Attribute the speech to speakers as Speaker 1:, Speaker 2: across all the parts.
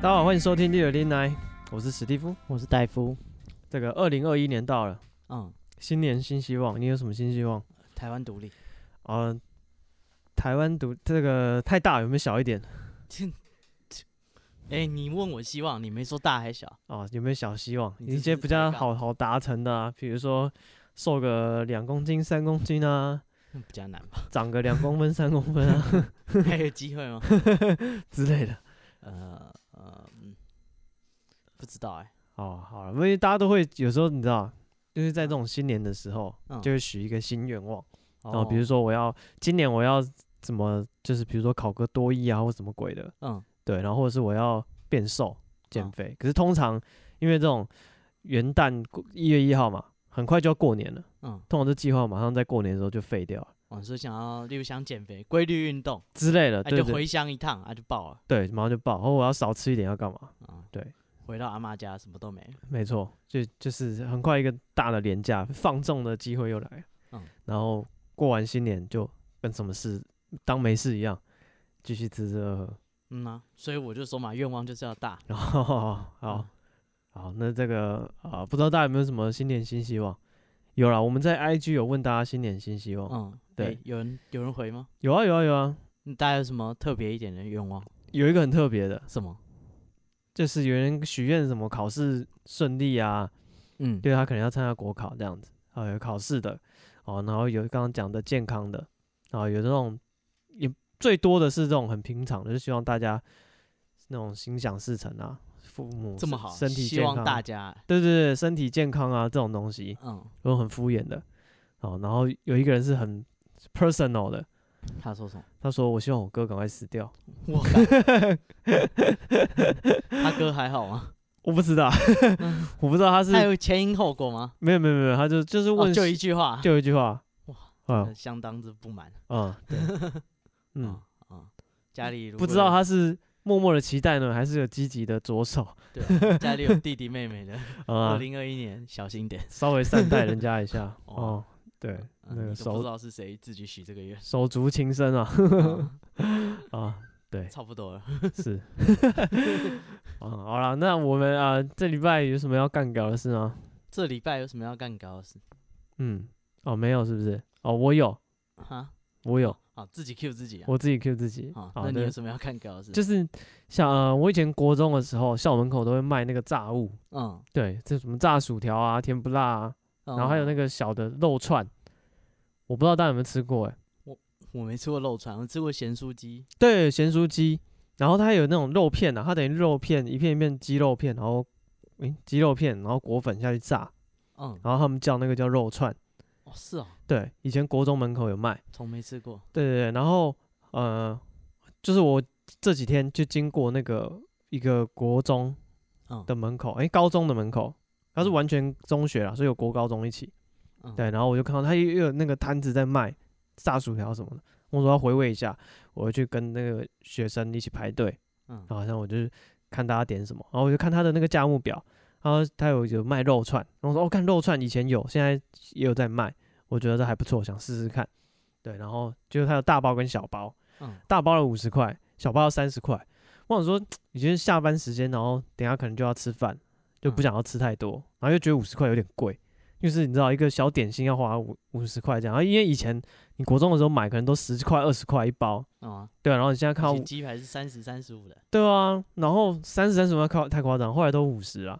Speaker 1: 大家好，欢迎收听《第六零来》，我是史蒂夫。
Speaker 2: 我是戴夫。
Speaker 1: 这个二零二一年到了，
Speaker 2: 嗯，
Speaker 1: 新年新希望，你有什么新希望？
Speaker 2: 台 湾独立，
Speaker 1: 啊、台湾独这个太大，有没有小一点？
Speaker 2: 哎、你问我希望，你没说大还小，
Speaker 1: 啊，有没有小希望？
Speaker 2: 你
Speaker 1: 一
Speaker 2: 这
Speaker 1: 些
Speaker 2: 是
Speaker 1: 比较
Speaker 2: 太大
Speaker 1: 好好达成的啊，比如说瘦个两公斤、三公斤啊，
Speaker 2: 嗯比较难吧？
Speaker 1: 长个两 公分、三公分啊
Speaker 2: 还有机 会吗？
Speaker 1: 之类的。
Speaker 2: 呃呃，嗯，不知道哎、
Speaker 1: 哦，好了，因为大家都会有时候你知道，就是在这种新年的时候，
Speaker 2: 嗯
Speaker 1: 就会许一个新愿望。然
Speaker 2: 哦
Speaker 1: 后比如，说我要今年我要怎么，就是比如说考个多益啊，或什么鬼的，
Speaker 2: 嗯，
Speaker 1: 对，然后或者是我要变瘦减
Speaker 2: 嗯
Speaker 1: 肥。可是通常因为这种元旦一月一号嘛，很快就要过年了，
Speaker 2: 嗯，
Speaker 1: 通常这计划马上在过年的时候就废掉了
Speaker 2: 我说想要，例如想减肥，规律运动，
Speaker 1: 之类的，
Speaker 2: 那、
Speaker 1: 对
Speaker 2: 啊就
Speaker 1: 对
Speaker 2: 回乡一趟，啊就爆了，
Speaker 1: 对，马上就爆。然后哦我要少吃一点，要干嘛？
Speaker 2: 啊，
Speaker 1: 对，
Speaker 2: 回到阿妈家什么都没了，
Speaker 1: 没错，就就是很快一个大的廉价放纵的机会又来了。
Speaker 2: 嗯
Speaker 1: 然后过完新年就跟什么事当没事一样，继续吃吃喝喝。
Speaker 2: 嗯啊，所以我就说嘛，愿望就是要大，
Speaker 1: 然后好
Speaker 2: 嗯
Speaker 1: 好，那这个啊、不知道大家有没有什么新年新希望？有啦，我们在 IG 有问大家新年新希望，
Speaker 2: 嗯，
Speaker 1: 对
Speaker 2: 诶有人有人回吗？
Speaker 1: 有啊有啊有啊，
Speaker 2: 嗯大家有什么特别一点的愿望？
Speaker 1: 有一个很特别的，
Speaker 2: 什么？
Speaker 1: 就是有人许愿什么考试顺利啊，
Speaker 2: 嗯，
Speaker 1: 对他可能要参加国考这样子，啊有考试的哦，然后有刚刚讲的健康的，啊有这种也最多的是这种很平常的，就希望大家那种心想事成啊，父母
Speaker 2: 这么
Speaker 1: 身
Speaker 2: 好，
Speaker 1: 身体
Speaker 2: 希
Speaker 1: 健
Speaker 2: 望
Speaker 1: 康，啊
Speaker 2: 大家，
Speaker 1: 对对对，身体健康啊这种东西，
Speaker 2: 嗯，
Speaker 1: 都很敷衍的。哦，然后有一个人是很 personal 的，
Speaker 2: 他说什么？
Speaker 1: 他说：“我希望我哥赶快死掉。
Speaker 2: 我靠， 他哥还好吗？”
Speaker 1: 我不知道， 我不知道他是
Speaker 2: 嗯他有前因后果吗？
Speaker 1: 没有没有没有，他就就是
Speaker 2: 哦
Speaker 1: 问、
Speaker 2: 就一句话，
Speaker 1: 就一句话，
Speaker 2: 哇
Speaker 1: 啊
Speaker 2: 相当之不满。
Speaker 1: 啊， 对，嗯
Speaker 2: 嗯，嗯，家里如
Speaker 1: 不
Speaker 2: 果
Speaker 1: 知道
Speaker 2: 有
Speaker 1: 他是默默的期待呢，还是有积极的着手
Speaker 2: 对啊家里有弟弟妹妹的，二
Speaker 1: 啊，
Speaker 2: 零二一年小心点。
Speaker 1: 稍微善待人家一下
Speaker 2: 哦
Speaker 1: 哦。对，
Speaker 2: 嗯
Speaker 1: 那个
Speaker 2: 你都不
Speaker 1: 手
Speaker 2: 知道是谁自己许这 个愿，
Speaker 1: 手足情深啊
Speaker 2: 嗯
Speaker 1: 啊，对，
Speaker 2: 差不多了。
Speaker 1: 是啊，好了，那我们啊，这礼拜有什么要干掉的事吗？
Speaker 2: 这礼拜有什么要干搞的事？
Speaker 1: 嗯，哦，没有是不是？哦，我有，
Speaker 2: 哈，
Speaker 1: 我有，
Speaker 2: 好，自己 Q 自己啊。
Speaker 1: 我自己 Q 自己。
Speaker 2: 好，
Speaker 1: 好
Speaker 2: 那你有
Speaker 1: 的，
Speaker 2: 什么要干搞的事？
Speaker 1: 就是像、呃、我以前国中的时候，校门口都会卖那个炸物，
Speaker 2: 嗯，哦
Speaker 1: 对，这什么炸薯条啊、甜不辣啊，
Speaker 2: 然
Speaker 1: 然后还有那
Speaker 2: 个
Speaker 1: 个小的肉串，我不知道大家有没有吃过哎、
Speaker 2: 我没吃过肉串，我吃过咸酥鸡。
Speaker 1: 对，咸酥鸡，然后它还有那种肉片啊，它等于肉片一片一片鸡肉片，然后诶鸡肉片，然后裹粉下去炸，
Speaker 2: 嗯，
Speaker 1: 然后他们叫那个叫肉串。
Speaker 2: 哦是哦，
Speaker 1: 对，以前国中门口有卖。
Speaker 2: 从没吃过。
Speaker 1: 对对对，然后呃，就是我这几天就经过那个一个国中
Speaker 2: 嗯，
Speaker 1: 的门口，诶，高中的门口，它是完全中学啦，所以有国高中一起。
Speaker 2: 嗯
Speaker 1: 对，然后我就看到他又又有那个摊子在卖炸薯条什么的，我说要回味一下，我去跟那个学生一起排队，
Speaker 2: 嗯
Speaker 1: 然后好像我就是看大家点什么，然后我就看他的那个价目表，然后他有有卖肉串，然后我说哦，看肉串以前有，现在也有在卖，我觉得这还不错，想试试看。对，然后就是它有大包跟小包，
Speaker 2: 嗯，
Speaker 1: 大包的五十块，小包要三十块。我想说，已经是下班时间，然后等一下可能就要吃饭，就不
Speaker 2: 嗯
Speaker 1: 想要吃太多，然后又觉得五十块有点贵，就是你知道一个小点心要花五五十块这样，然后因为以前你国中的时候买可能都十块二十块一包，
Speaker 2: 嗯啊，
Speaker 1: 对、啊，然后你现在看到
Speaker 2: 以前鸡排是三十、三十五的，
Speaker 1: 对啊，然后三十三十块靠太夸张，后来都五十了，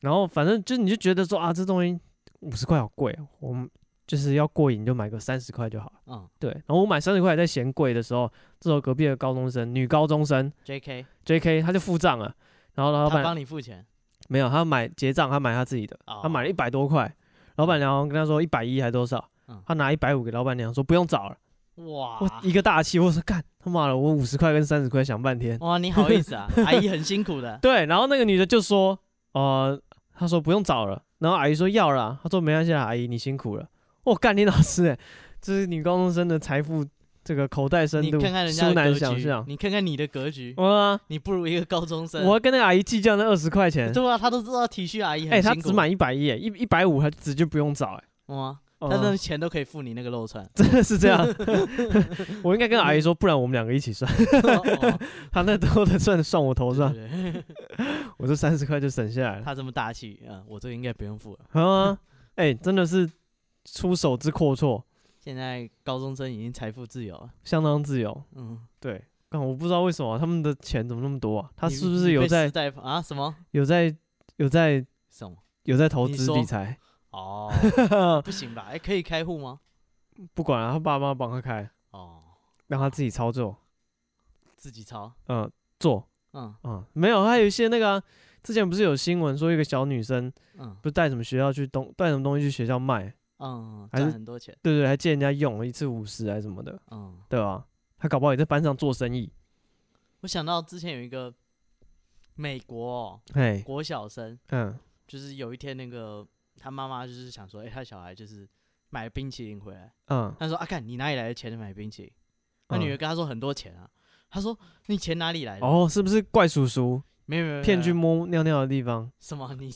Speaker 1: 然后反正就你就觉得说啊，这东西五十块好贵哦，我们就是要过瘾就买个三十块就好了，
Speaker 2: 嗯
Speaker 1: 对，然后我买三十块在嫌贵的时候，这时候隔壁的高中生女高中生。
Speaker 2: ，J.K.
Speaker 1: J.K. 他就付账了，然后老
Speaker 2: 他
Speaker 1: 板
Speaker 2: 帮你付钱，
Speaker 1: 没有，他买结账，他买他自己的，
Speaker 2: 哦
Speaker 1: 他买了一百多块，老板娘跟他说一百一还多少
Speaker 2: 嗯，啊
Speaker 1: 他拿一百五给老板娘说不用找了，我
Speaker 2: 哦哇
Speaker 1: 一个大气，我说干他妈的，我五十块跟三十块想半天，
Speaker 2: 哇，你好意思啊，阿姨很辛苦的，
Speaker 1: 对，然后那个女的就说，呃，她说不用找了，然后阿姨说要了，她说没关系啦，阿姨你辛苦了，我干你老师哎、这是女高中生的财富这个口袋深
Speaker 2: 你
Speaker 1: 度，
Speaker 2: 看看人家
Speaker 1: 殊
Speaker 2: 的
Speaker 1: 难
Speaker 2: 格
Speaker 1: 想
Speaker 2: 局
Speaker 1: 象，，
Speaker 2: 你看看你的格局，
Speaker 1: 哇，
Speaker 2: 你不如一个高中生。
Speaker 1: 我还跟那个阿姨计较那二十块钱。
Speaker 2: 对啊，他都知道体恤阿姨
Speaker 1: 哎、
Speaker 2: 很
Speaker 1: 他
Speaker 2: 辛苦。
Speaker 1: 只买一百一，一一百五，他直接不用找、哎，
Speaker 2: 哇，
Speaker 1: 嗯
Speaker 2: 但那钱都可以付你那个 肉串。
Speaker 1: 真的 是这 样。我应该跟阿姨说，不然我们两个一起算，
Speaker 2: 哦
Speaker 1: 她那多的算算我头上，
Speaker 2: 对对对
Speaker 1: 我这三十块就省 下来了。
Speaker 2: 他这么大气啊、嗯我这个应该不用付了。
Speaker 1: 啊，哎、真的是出手之阔绰，
Speaker 2: 现在高中生已经财富自由了，
Speaker 1: 相当自由。
Speaker 2: 嗯，
Speaker 1: 对，但我不知道为什么他们的钱怎么那么多啊？他
Speaker 2: 你
Speaker 1: 是不是
Speaker 2: 你
Speaker 1: 有
Speaker 2: 被
Speaker 1: 在
Speaker 2: 时代啊什么
Speaker 1: 有在有在
Speaker 2: 什么？
Speaker 1: 有在投
Speaker 2: 你
Speaker 1: 资
Speaker 2: 说
Speaker 1: 理财？
Speaker 2: 哦， 不行吧？哎、可以开户吗？
Speaker 1: 不管了、他爸妈帮他开，
Speaker 2: 哦，
Speaker 1: 让他自己操作，
Speaker 2: 自己抄。
Speaker 1: 嗯、做，
Speaker 2: 嗯
Speaker 1: 嗯，没有，还有一些那个啊、之前不是有新闻说一个小女生
Speaker 2: 嗯
Speaker 1: 不是带什么学校去东带什么东西去学校卖，
Speaker 2: 嗯，
Speaker 1: 还是
Speaker 2: 赚很多钱。
Speaker 1: 对对，还借人家用一次五十还是什么的，
Speaker 2: 嗯，
Speaker 1: 对吧？他搞不好也在班上做生意，
Speaker 2: 我想到之前有一个美国、哦、
Speaker 1: 嘿，
Speaker 2: 国小生，
Speaker 1: 嗯
Speaker 2: 就是有一天那个他妈妈就是想说，哎、他小孩就是买了冰淇淋回来，
Speaker 1: 嗯，
Speaker 2: 他说啊，看你哪里来的钱买冰淇淋？他女
Speaker 1: 嗯
Speaker 2: 儿跟他说很多钱啊，他说你钱哪里来的？
Speaker 1: 哦，是不是怪叔叔
Speaker 2: 没有没有没有
Speaker 1: 骗
Speaker 2: 没
Speaker 1: 去
Speaker 2: 有
Speaker 1: 摸尿尿的地方？
Speaker 2: 什么 你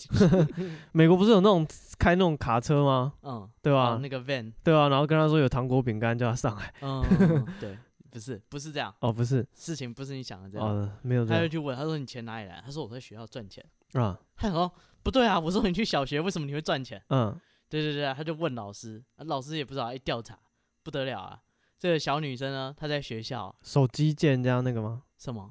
Speaker 1: 美国不是有那种开那种卡车吗？
Speaker 2: 嗯
Speaker 1: 对吧、
Speaker 2: 哦那个 van
Speaker 1: 对啊，然后跟他说有糖果饼干，叫他上来。
Speaker 2: 嗯 嗯嗯对，不是不是这样，
Speaker 1: 哦，不是，
Speaker 2: 事情不是你想的这样。
Speaker 1: 哦，没有这
Speaker 2: 他就
Speaker 1: 样
Speaker 2: 去问，他说你钱哪里来？他说我在学校赚钱。
Speaker 1: 啊，
Speaker 2: 他想说不对啊，我说你去小学，为什么你会赚钱？
Speaker 1: 嗯
Speaker 2: 对对对啊，他就问老师，啊老师也不知道，一调查不得了啊！这个小女生呢，她在学校
Speaker 1: 手机借人家那个吗？
Speaker 2: 什么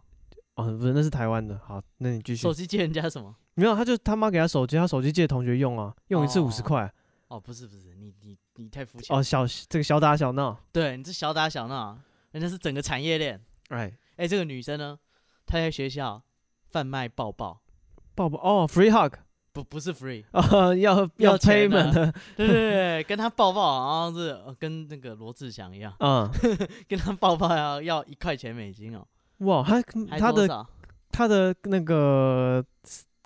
Speaker 1: 哦，不是，那是台湾的。好，那你继续
Speaker 2: 手。机借人家什么？
Speaker 1: 没有，他就他妈给他手机，他手机借同学用啊，用一次
Speaker 2: 哦
Speaker 1: 五十块。
Speaker 2: 哦，不是不是，你你你太肤浅了
Speaker 1: 哦，，小这个小打小闹，
Speaker 2: 对你这小打小闹啊，人家是整个产业链。
Speaker 1: 哎，
Speaker 2: 哎，这个女生呢，她在学校贩卖抱抱，
Speaker 1: 抱抱哦，free hug
Speaker 2: 不不是 free，
Speaker 1: 啊，要
Speaker 2: 要钱
Speaker 1: payment 的，
Speaker 2: 对对对，跟她抱抱好像是呃跟那个罗志祥一样，
Speaker 1: 啊，
Speaker 2: 跟她抱抱要要一块钱美金哦，
Speaker 1: 哇，他
Speaker 2: 还
Speaker 1: 他
Speaker 2: 多
Speaker 1: 的
Speaker 2: 少？
Speaker 1: 他的那个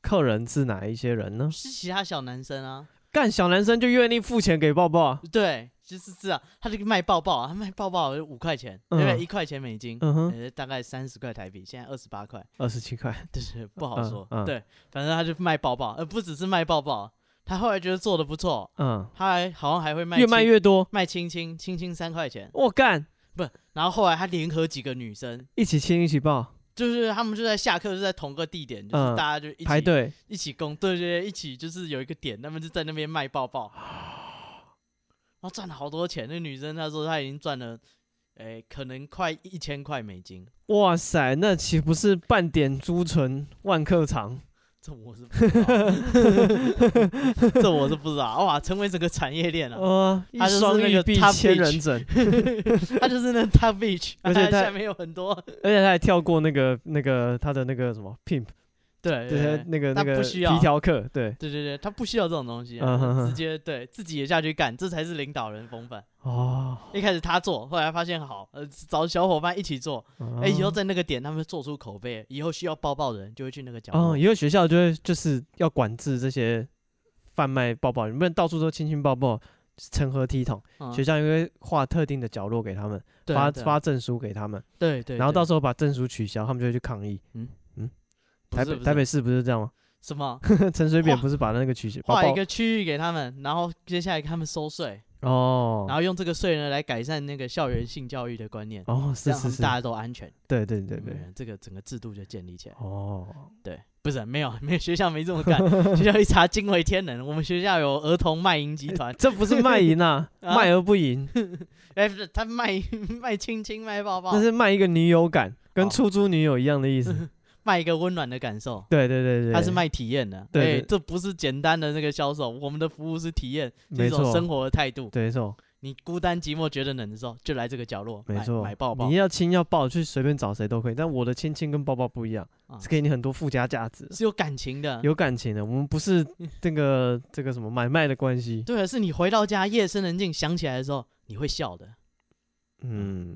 Speaker 1: 客人是哪一些人呢？
Speaker 2: 是其他小男生啊，
Speaker 1: 干小男生就愿意付钱给抱抱啊，
Speaker 2: 对，就是这样，他就卖抱抱啊，他卖抱抱就五块钱，对不对？
Speaker 1: 嗯
Speaker 2: 一块钱美金。
Speaker 1: 嗯哼，
Speaker 2: 呃，大概三十块台币，现在二十八块，
Speaker 1: 二十七块，
Speaker 2: 对对，不好
Speaker 1: 嗯
Speaker 2: 说。
Speaker 1: 嗯
Speaker 2: 对，反正他就卖抱抱，呃，不只是卖抱抱，他后来觉得做的不错，
Speaker 1: 嗯，
Speaker 2: 他还好像还会卖
Speaker 1: 越卖
Speaker 2: 亲
Speaker 1: 越多，
Speaker 2: 卖亲亲，亲亲三块钱。
Speaker 1: 我干，
Speaker 2: 然后后来他联合几个女生，
Speaker 1: 一起亲一起抱，
Speaker 2: 就是他们就在下课就在同个地点，就
Speaker 1: 嗯
Speaker 2: 是大家就一起、
Speaker 1: 排队，
Speaker 2: 一起工，对对对，一起就是有一个点，他们就在那边卖抱 抱，然后赚了好多钱。那女生她说她已经赚了，诶，可能快一千块美金。
Speaker 1: 哇塞，那岂不是半点朱唇万客长？
Speaker 2: 这我是不知道，这我是不知道。哇，成为整个产业链了、
Speaker 1: 呃，一
Speaker 2: 啊他就是
Speaker 1: 双
Speaker 2: 那
Speaker 1: 玉
Speaker 2: 个
Speaker 1: 臂
Speaker 2: top
Speaker 1: 千
Speaker 2: bitch
Speaker 1: 人 枕，
Speaker 2: 他就是那 Top Beach，
Speaker 1: 而且他
Speaker 2: 下面有很多，
Speaker 1: 而且他还跳过那个那个他的那个什么 pimp，
Speaker 2: 对
Speaker 1: 对
Speaker 2: 对
Speaker 1: 他
Speaker 2: 对
Speaker 1: 那个那
Speaker 2: 他
Speaker 1: 个
Speaker 2: 不需要
Speaker 1: 皮条客，对，
Speaker 2: 对对对，他不需要这种东西、
Speaker 1: 嗯哼
Speaker 2: 啊，
Speaker 1: 哼
Speaker 2: 直接对自己也下去干，这才是领导人风范。
Speaker 1: 哦，
Speaker 2: 一开始他做，后来发现好，呃，找小伙伴一起做，哎、以后
Speaker 1: 哦
Speaker 2: 在那个点他们做出口碑，以后需要抱抱的人就会去那个角落。
Speaker 1: 哦，以后学校就会就是要管制这些贩卖抱抱，你不能到处都亲亲抱抱。成何体统？
Speaker 2: 嗯
Speaker 1: 学校因为划特定的角落给他们，
Speaker 2: 对啊
Speaker 1: 发
Speaker 2: 对
Speaker 1: 发证书给他们，
Speaker 2: 对对，
Speaker 1: 然后
Speaker 2: 对
Speaker 1: 到时候把证书取消，他们就会去抗议。
Speaker 2: 不
Speaker 1: 台
Speaker 2: 是
Speaker 1: 北
Speaker 2: 不
Speaker 1: 台
Speaker 2: 是
Speaker 1: 北市不是这样吗？
Speaker 2: 什么
Speaker 1: 陈水扁
Speaker 2: 划
Speaker 1: 不是把那个取消，把
Speaker 2: 画一
Speaker 1: 报
Speaker 2: 个区域给他们，然后接下来给他们收税，
Speaker 1: 哦，
Speaker 2: 然后用这个税呢来改善那个校园性教育的观念，
Speaker 1: 哦，
Speaker 2: 这
Speaker 1: 是
Speaker 2: 样他
Speaker 1: 是
Speaker 2: 们
Speaker 1: 是，
Speaker 2: 大家都安全。
Speaker 1: 对对对对，
Speaker 2: 嗯，这个整个制度就建立起来。
Speaker 1: 哦，
Speaker 2: 对，不是没有 没有学校没这 么干，学校一查惊为天人，我们学校有儿童卖淫集团，
Speaker 1: 这不是卖淫啊，
Speaker 2: 啊
Speaker 1: 卖而不淫，
Speaker 2: 哎、不是他卖 卖亲亲卖抱抱
Speaker 1: 那，是卖一个女友感，跟
Speaker 2: 哦
Speaker 1: 出租女友一样的 意思。
Speaker 2: 卖一个温暖的感受。
Speaker 1: 对对对对，
Speaker 2: 他是卖体验的，
Speaker 1: 对
Speaker 2: 哎
Speaker 1: 对
Speaker 2: 这不是简单的那个销售，我们的服务是体验，是
Speaker 1: 没
Speaker 2: 一种
Speaker 1: 错，
Speaker 2: 生活的态度。
Speaker 1: 对没错
Speaker 2: 你孤单寂寞觉得冷的时候，就来这个角落，
Speaker 1: 没
Speaker 2: 买
Speaker 1: 错，
Speaker 2: 买抱抱
Speaker 1: 你，要亲要抱，去随便找谁都可以，但我的亲亲跟抱抱不一 样，
Speaker 2: 啊
Speaker 1: 是给你很多附加价值，
Speaker 2: 是啊有感情的。
Speaker 1: 有感情的。我们不 是这个这个什么买卖的关系，
Speaker 2: 对，是你回到家夜深人静想起来的时候，你会笑的。
Speaker 1: 嗯，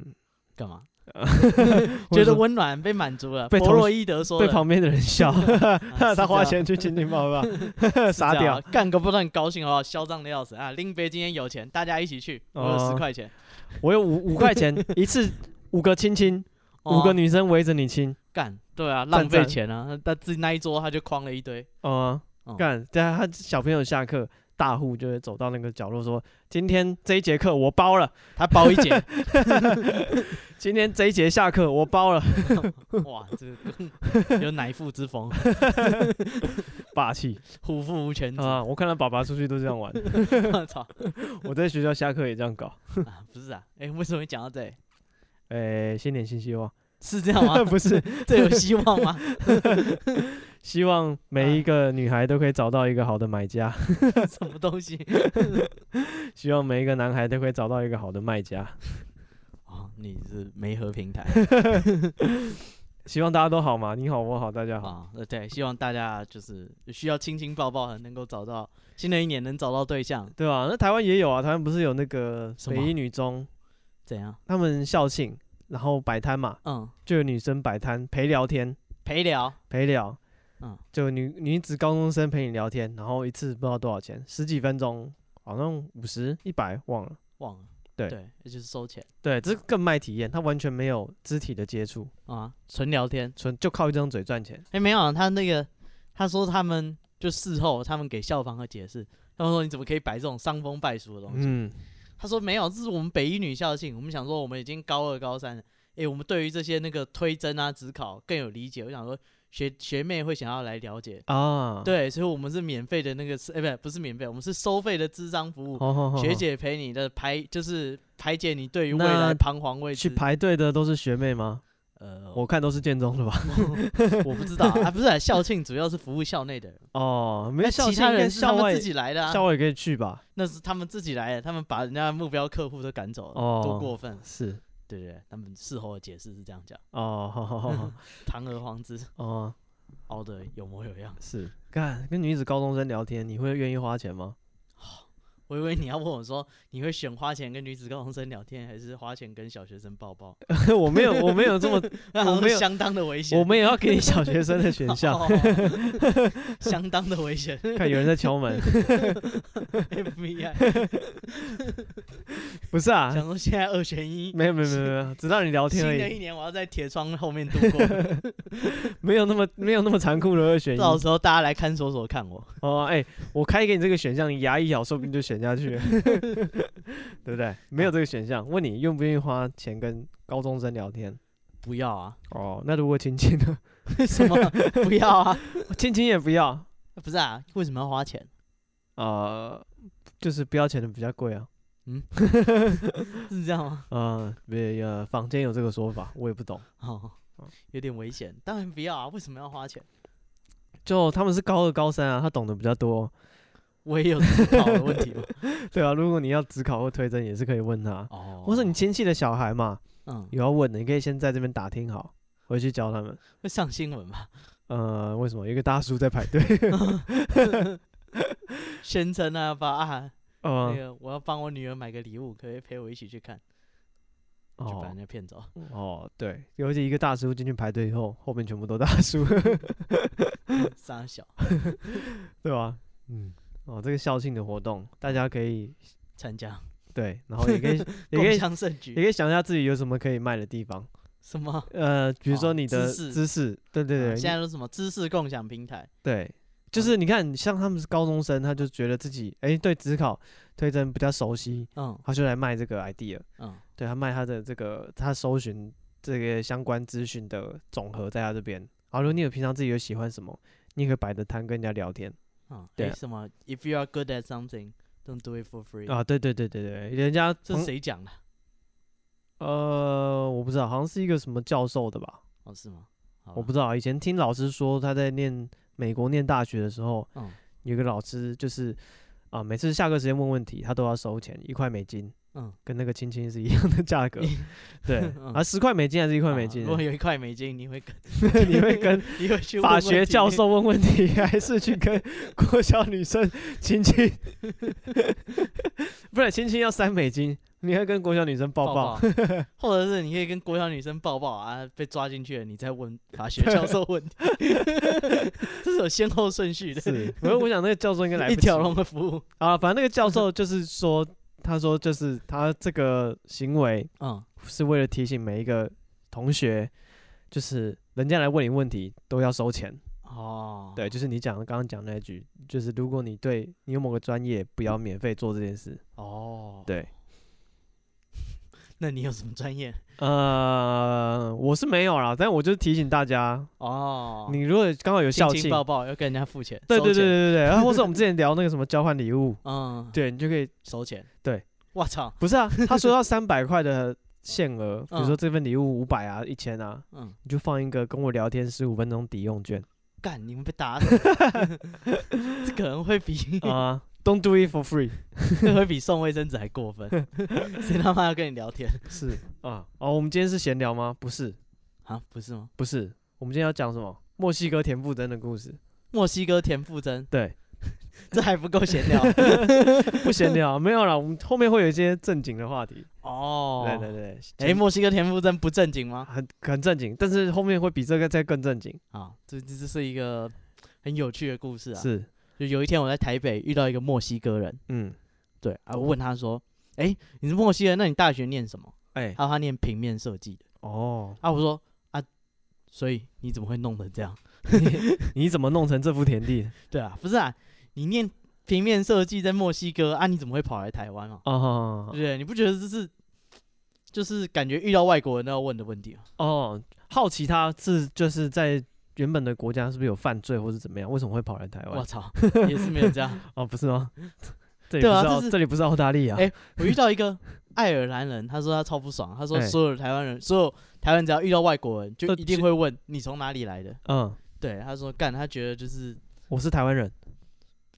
Speaker 2: 干嘛？
Speaker 1: 或者
Speaker 2: 觉得
Speaker 1: 说
Speaker 2: 温暖被满足了。
Speaker 1: 被
Speaker 2: 弗
Speaker 1: 同
Speaker 2: 洛伊德说
Speaker 1: 被
Speaker 2: 的
Speaker 1: 旁边的人 笑，
Speaker 2: 是
Speaker 1: 他花
Speaker 2: 这
Speaker 1: 钱去亲亲抱抱，
Speaker 2: 是
Speaker 1: 傻
Speaker 2: 这
Speaker 1: 屌
Speaker 2: 样啊，干个不断高兴好不好？嚣张的要死啊！林北今天有钱，大家一起去，我有
Speaker 1: 哦
Speaker 2: 十块钱，
Speaker 1: 我有五五块 钱一次，五个亲亲，
Speaker 2: 哦
Speaker 1: 五个女生围着你亲，
Speaker 2: 干，对啊，浪费
Speaker 1: 赞
Speaker 2: 钱啊！他自己那一桌他就框了一堆，
Speaker 1: 哦、
Speaker 2: 哦
Speaker 1: 干，对啊，他小朋友下课，大户就会走到那个角落说：“今天这一节课我包了，
Speaker 2: 他包 一节，
Speaker 1: 今天这一节下课我包了，
Speaker 2: 哇，这个有乃父之风，
Speaker 1: 霸气
Speaker 2: 虎父无犬子，
Speaker 1: 啊！”我看到爸爸出去都这样 玩，
Speaker 2: 我操！
Speaker 1: 我在学校下课也这样搞。
Speaker 2: 啊不是啊，哎、为什么会讲到这里？
Speaker 1: 诶、新年新希望，
Speaker 2: 是这样吗？
Speaker 1: 不是
Speaker 2: 这有希望吗？
Speaker 1: 希望每一个女孩都可以找到一个好的买家，
Speaker 2: 什么 东西？
Speaker 1: 希望每一个男孩都可以找到一个好的卖家，
Speaker 2: 哦，你是媒合平台
Speaker 1: 希望大家都好嘛，你好我好大家好。
Speaker 2: 啊？呃，对，希望大家就是需要亲亲抱抱的，能够找到新的一年能找到对象，
Speaker 1: 对吧？那台湾也有啊，台湾不是有那个
Speaker 2: 什
Speaker 1: 北
Speaker 2: 么
Speaker 1: 一女中，
Speaker 2: 怎样？
Speaker 1: 他们校庆然后摆摊嘛，
Speaker 2: 嗯，
Speaker 1: 就有女生摆摊陪聊天，
Speaker 2: 陪聊，
Speaker 1: 陪聊，
Speaker 2: 嗯
Speaker 1: 就女女子高中生陪你聊天，然后一次不知道多少钱，十几分钟，好像五十、一百忘了。
Speaker 2: 忘了，
Speaker 1: 对
Speaker 2: 对，也就是收钱
Speaker 1: 对，这更卖体验，他完全没有肢体的接触，
Speaker 2: 啊，纯聊天。
Speaker 1: 纯就靠一张嘴赚钱。
Speaker 2: 哎、没有啊，他那个他说他们就事后他们给校方和解释，他们说你怎么可以摆这种伤风败俗的东西？
Speaker 1: 嗯，
Speaker 2: 他说没有，这是我们北一女校庆，我们想说我们已经高二高三了，诶，我们对于这些那个推甄啊、职考更有理解。我想说学学妹会想要来了解，
Speaker 1: 啊，，
Speaker 2: 对，所以我们是免费的那个是，诶，不不是免费，我们是收费的智商服务，
Speaker 1: 好好好，
Speaker 2: 学姐陪你的排就是排解你对于未
Speaker 1: 哦那
Speaker 2: 来彷徨未
Speaker 1: 去
Speaker 2: 知。
Speaker 1: 排队的都是学妹吗？
Speaker 2: 呃，
Speaker 1: 我
Speaker 2: 我
Speaker 1: 看都是建中的吧。
Speaker 2: 我不知道啊，啊不是啊、校庆主要是服务校内的人，
Speaker 1: 哦， 没
Speaker 2: 那
Speaker 1: 有校
Speaker 2: 其
Speaker 1: 庆
Speaker 2: 他
Speaker 1: 应该
Speaker 2: 人是他
Speaker 1: 校
Speaker 2: 们
Speaker 1: 外
Speaker 2: 自，己来的、
Speaker 1: 校
Speaker 2: 啊，
Speaker 1: 外也可以去吧？
Speaker 2: 那是他们自己来的，他们把人家目标客户都赶走了，多
Speaker 1: 哦，
Speaker 2: 过分！
Speaker 1: 是，
Speaker 2: 对对对，他们事后的解释是这样讲。
Speaker 1: 哦，好好好 好，
Speaker 2: 堂而皇 之，
Speaker 1: 哦，
Speaker 2: 熬得有模有样。
Speaker 1: 是，干跟女子高中生聊天，你会愿意花钱吗？
Speaker 2: 我以为你要问我说，你会选花钱跟女子高中生聊天，还是花钱跟小学生抱抱？
Speaker 1: 我 没有，我没有这么，
Speaker 2: 那
Speaker 1: 我
Speaker 2: 好像
Speaker 1: 没有
Speaker 2: 相当的危险，
Speaker 1: 我们也要给你小学生的选 项。
Speaker 2: 哦相当的危险。
Speaker 1: 看有人在敲门，
Speaker 2: FBI
Speaker 1: 不是啊，
Speaker 2: 想说现在二选一，
Speaker 1: 没有没有没有没有，只让你聊
Speaker 2: 新
Speaker 1: 天而
Speaker 2: 的一
Speaker 1: 已，
Speaker 2: 年我要在铁窗后面度过，
Speaker 1: 没有那么没有那么残酷的二选一。
Speaker 2: 到时候大家来看守所看我。
Speaker 1: 哦，哎、我开给你这个选项，你牙一咬，说不定就选下去了， 对不对？没有这个选项，问你愿不愿意花钱跟高中生聊天？
Speaker 2: 不要啊，
Speaker 1: 哦，那如果亲亲呢？
Speaker 2: 什么不要啊？
Speaker 1: 亲亲也不要啊、
Speaker 2: 不是啊，为什么要花钱？
Speaker 1: 呃就是不要钱的比较贵啊。
Speaker 2: 是这样吗？
Speaker 1: 嗯、没呃，坊间有这个说法，我也不懂。
Speaker 2: 哦
Speaker 1: 哦，
Speaker 2: 有点危险，当然不要啊，为什么要花钱？
Speaker 1: 就他们是高二、高三啊，他懂得比较多，
Speaker 2: 我也有自考的问题嘛。
Speaker 1: 对啊。如果你要只考或推甄，也是可以问他，
Speaker 2: 哦
Speaker 1: 或是你亲戚的小孩嘛，
Speaker 2: 嗯，
Speaker 1: 有要问的，你可以先在这边打听好，回去教他们。
Speaker 2: 会上新闻 吧？
Speaker 1: 呃，为什么有一个大叔在排队？
Speaker 2: 宣称啊，把啊，
Speaker 1: 嗯
Speaker 2: 那，个我要帮我女儿买个礼物，可不可以陪我一起去看？就把人家骗 走，
Speaker 1: 哦，对，尤其一个大叔进去排队以后，后面全部都大叔，
Speaker 2: 傻小，
Speaker 1: 对吧？嗯，哦，这个校庆的活动，大家可以
Speaker 2: 参加
Speaker 1: 对，然后也可以也可
Speaker 2: 共
Speaker 1: 以
Speaker 2: 襄盛
Speaker 1: 也
Speaker 2: 举，
Speaker 1: 可以想一下自己有什么可以卖的地方，
Speaker 2: 什么？
Speaker 1: 呃，比如
Speaker 2: 哦
Speaker 1: 说你
Speaker 2: 知
Speaker 1: 的
Speaker 2: 识
Speaker 1: 知识，哦对对
Speaker 2: 啊
Speaker 1: 对，
Speaker 2: 现在都什么知识共享平台？
Speaker 1: 对，就是你看，像他们是高中生，他就觉得自己哎对职考推甄比较熟悉，
Speaker 2: 嗯
Speaker 1: 他就来卖这个 idea，
Speaker 2: 嗯，
Speaker 1: 对他卖他的这个他搜寻这个相关资讯的总和在他这边。好，如果你有平常自己有喜欢什么，你也可以摆着摊跟人家聊天。
Speaker 2: 嗯，
Speaker 1: 对
Speaker 2: 诶
Speaker 1: 啊
Speaker 2: 什么？If you are good at something, don't do it for free。
Speaker 1: 啊，对对对对对，人家
Speaker 2: 这
Speaker 1: 旁
Speaker 2: 是？谁讲的？
Speaker 1: 呃，我不知道，好像是一个什么教授的吧，
Speaker 2: 哦，是吗？好
Speaker 1: 我
Speaker 2: 吧
Speaker 1: 不知道。以前听老师说，他在念美国念大学的时候，
Speaker 2: 嗯
Speaker 1: 有个老师就是啊，每次下课时间问问题，他都要收钱，一块美金，
Speaker 2: 嗯，
Speaker 1: 跟那个亲亲是一样的价格，对，啊，十块美金还是一块
Speaker 2: 啊
Speaker 1: 美金
Speaker 2: 如？果有一块美金，你会跟
Speaker 1: 你会跟
Speaker 2: 你会去
Speaker 1: 法
Speaker 2: 问
Speaker 1: 学
Speaker 2: 问题
Speaker 1: 教授问问题，还是去跟国小女生亲 亲？不然亲亲要三美金，你要跟国小女生抱抱。
Speaker 2: 抱， 或者是你可以跟国小女生抱抱啊，被抓进去了，你再问法学教授 问题，这是有先后顺序的，
Speaker 1: 是，我我想那个教授应该来
Speaker 2: 一
Speaker 1: 不及
Speaker 2: 条龙的服务。
Speaker 1: 啊。反正那个教授就是说，他说就是他这个行为
Speaker 2: 嗯，
Speaker 1: 是为了提醒每一个同学，就是人家来问你问题都要收钱，
Speaker 2: 哦，
Speaker 1: 对，就是你讲的刚刚讲那一句，就是如果你对你有某个专业，不要免费做这件事。
Speaker 2: 哦，
Speaker 1: 对，
Speaker 2: 那你有什么专业？
Speaker 1: 呃，我是没有啦，但我就提醒大家，
Speaker 2: 哦，
Speaker 1: 你如果刚好有
Speaker 2: 亲
Speaker 1: 校
Speaker 2: 亲
Speaker 1: 庆，
Speaker 2: 抱抱要跟人家付钱，
Speaker 1: 对
Speaker 2: 收
Speaker 1: 对对对
Speaker 2: 钱，
Speaker 1: 对对，啊，或是我们之前聊那个什么交换礼 物，
Speaker 2: 嗯，
Speaker 1: 对你就可以，
Speaker 2: 收钱，
Speaker 1: 对，
Speaker 2: 我操，
Speaker 1: 不是啊，他说要三百块的限额，比如说
Speaker 2: 嗯
Speaker 1: 这份礼物五百啊、一千啊，
Speaker 2: 嗯，
Speaker 1: 你就放一个跟我聊天十五分钟抵用券
Speaker 2: 干，你们被打死， 这可能 会比
Speaker 1: 啊、d o n t do it for free，
Speaker 2: 这会比送卫生纸还过分，谁他妈要跟你聊天
Speaker 1: 是啊，哦，我们今天是闲聊吗？不是，
Speaker 2: 啊？不是吗？
Speaker 1: 不是，我们今天要讲什么？墨西哥田馥甄的故事，
Speaker 2: 墨西哥田馥甄，
Speaker 1: 对，
Speaker 2: 这还不够 闲聊
Speaker 1: 不闲聊， 没有啦，我们后面会有一些正经的话题，
Speaker 2: 哦。
Speaker 1: 对对对，
Speaker 2: 哎、
Speaker 1: 今
Speaker 2: 墨西哥田馥甄不正经吗？
Speaker 1: 很很正经，但是后面会比这个再更正经。
Speaker 2: 啊，这这这是一个很有趣的故事啊。
Speaker 1: 是，
Speaker 2: 就有一天我在台北遇到一个墨西哥人，
Speaker 1: 嗯，
Speaker 2: 对啊，我问他说：“哎、你是墨西哥人，那你大学念什么
Speaker 1: 哎？”、
Speaker 2: 他说他念平面设计的。
Speaker 1: 哦，
Speaker 2: 啊，我说啊，所以你怎么会弄成这样？
Speaker 1: 你怎么弄成这幅田地的？
Speaker 2: 对啊，不是啊，你念平面设计在墨西哥啊，你怎么会跑来台湾啊？对
Speaker 1: 哦
Speaker 2: 不对？你不觉得这是就是感觉遇到外国人都要问的问题吗？啊
Speaker 1: 哦，好奇他是就是在原本的国家是不是有犯罪或是怎么样？为什么会跑来台
Speaker 2: 我
Speaker 1: 湾？
Speaker 2: 操，也是没有这样。
Speaker 1: 哦，不是吗？ 这里
Speaker 2: 对
Speaker 1: 不
Speaker 2: 啊
Speaker 1: 是澳
Speaker 2: 这是
Speaker 1: 这里不是澳大利亚。
Speaker 2: 哎我遇到一个爱尔兰人，他说他超不爽，他说
Speaker 1: 哎
Speaker 2: 所有台湾人，所有台湾只要遇到外国人，就
Speaker 1: 都
Speaker 2: 一定
Speaker 1: 是
Speaker 2: 会问你从哪里来的。
Speaker 1: 嗯，
Speaker 2: 对，他说干，他觉得就是
Speaker 1: 我是台湾人。